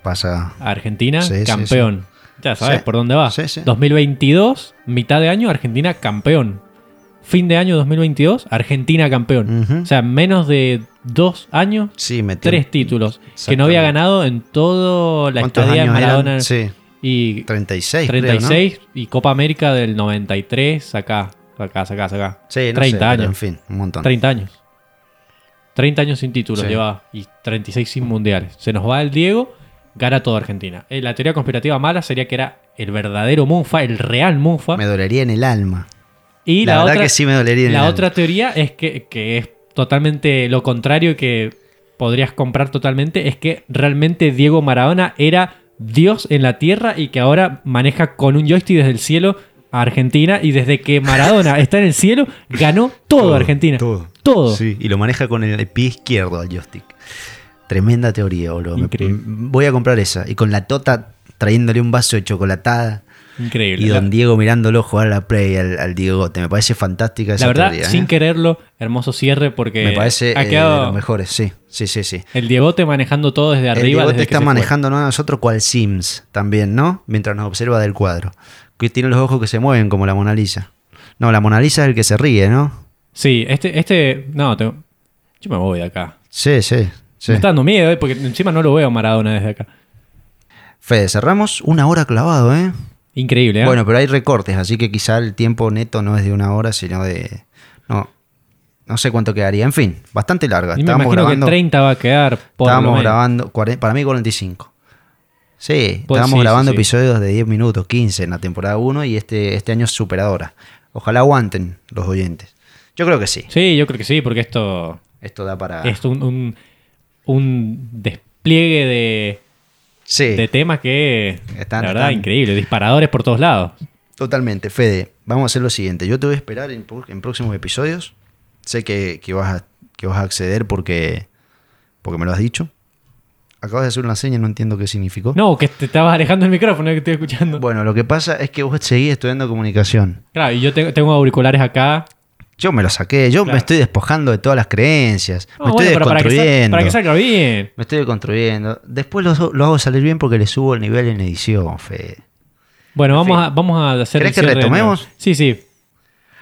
pasa. Argentina Sí, sí, campeón. Ya sabes Sí. por dónde va. Sí, sí. 2022, mitad de año, Argentina campeón. Fin de año 2022, Argentina campeón. Ujú. O sea, menos de dos años, Sí, metió. tres títulos que no había Exactamente. ganado en toda la ¿Cuántos estadía de años eran? Maradona. Sí, Y 36. creo, ¿no? 36 y Copa América del 93, acá, acá, acá, acá. Sí, no 30 sé, pero años. En fin, un montón. 30 años. 30 años sin títulos Sí. lleva y 36 sin mundiales. Se nos va el Diego, gana toda Argentina. Eh, la teoría conspirativa mala sería que era el verdadero Mufa, el real Mufa. Me dolería en el alma. y la la, verdad otra, que sí me dolería en el la alma. otra teoría es que, que es totalmente lo contrario que podrías comprar totalmente, es que realmente Diego Maradona era Dios en la tierra y que ahora maneja con un joystick desde el cielo a Argentina y desde que Maradona está en el cielo ganó todo, Argentina. Todo. Sí, y lo maneja con el pie izquierdo al joystick. Tremenda teoría, boludo. Me- Increíble. m- voy a comprar esa. Y con la tota trayéndole un vaso de chocolatada. Increíble. Y La- don Diego mirándolo jugar a la play al, al Diegote. Me parece fantástica esa La verdad, teoría, ¿eh? sin quererlo, hermoso cierre porque Me parece ha eh, de quedado los mejores, sí. Sí, sí, sí. el Diegote manejando todo desde El arriba. Diegote desde que está se fue. manejándonos a nosotros cual Sims también, ¿no? Mientras nos observa del cuadro. Que tiene los ojos que se mueven como la Mona Lisa. No, la Mona Lisa es el que se ríe, ¿no? Sí, este, este, no, te- yo me voy de acá. Sí, sí. sí. Me está dando miedo eh, porque encima no lo veo a Maradona desde acá. Fede, cerramos una hora clavado, ¿eh? Increíble, ¿eh? Bueno, pero hay recortes, así que quizá el tiempo neto no es de una hora, sino de... No, no sé cuánto quedaría. En fin, bastante larga. y me Estábamos imagino grabando, que 30 va a quedar por lo estábamos menos. grabando cuare- para mí 45. Sí, Pues estábamos sí, sí, grabando sí. episodios de 10 minutos, 15 en la temporada 1 y este, este año es superadora. Ojalá aguanten los oyentes. Yo creo que sí. Sí, yo creo que sí, porque esto Esto da para... es un, un, un despliegue de, sí. de temas que, Están- la verdad, están- increíble. Disparadores por todos lados. Totalmente, Fede. Vamos a hacer lo siguiente. Yo te voy a esperar en, pro- en próximos episodios. Sé que, que vas, a, que vas a acceder porque, porque me lo has dicho. Acabas de hacer una seña, no entiendo qué significó. No, que te estabas alejando el micrófono que estoy escuchando. Bueno, lo que pasa es que vos seguís estudiando comunicación. Claro, y yo te- tengo auriculares acá. Yo me lo saqué, yo me Claro. estoy despojando de todas las creencias. No, me estoy bueno, pero para que, sal- desconstruyendo. para que salga bien. me estoy desconstruyendo. Después lo, lo hago salir bien porque le subo el nivel en edición, Fede. Bueno, En vamos fin. a, vamos a hacer. ¿Querés el que cierre de nuevo. retomemos? Sí, sí.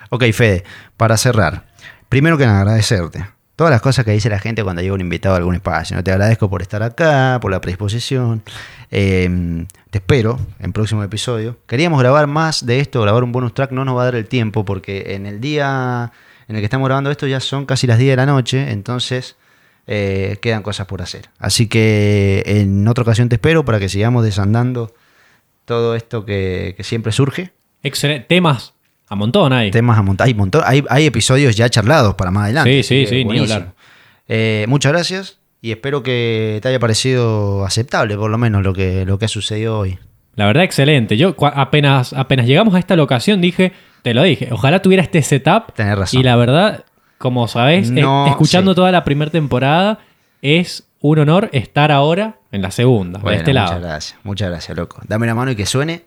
Ok, Fede, para cerrar, primero que nada agradecerte. Todas las cosas que dice la gente cuando llega un invitado a algún espacio. ¿no? Te agradezco por estar acá, por la predisposición. Eh, te espero en próximo episodio. Queríamos grabar más de esto, grabar un bonus track. No nos va a dar el tiempo porque en el día en el que estamos grabando esto ya son casi las 10 de la noche. Entonces eh, quedan cosas por hacer. Así que en otra ocasión te espero para que sigamos desandando todo esto que- que siempre surge Excelente. Temas a montón ahí. temas a montar. Hay, montón- hay, hay episodios ya charlados para más adelante. Sí, así sí, que sí, ni buenísimo. hablar. Eh, muchas gracias Y espero que te haya parecido aceptable, por lo menos, lo que, lo que ha sucedido hoy. La verdad, excelente. Yo cua- apenas, apenas llegamos a esta locación dije, te lo dije, ojalá tuviera este setup. Tenés razón. Y la verdad, como sabés, eh, No, escuchando sí. toda la primera temporada, es un honor estar ahora en la segunda, de Bueno, este muchas lado. gracias, muchas gracias, loco. Dame la mano y que suene.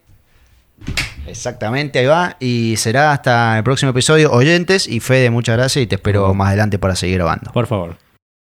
Exactamente, ahí va. Y será hasta el próximo episodio, oyentes. Y Fede, muchas gracias y te espero más adelante para seguir grabando. Por favor.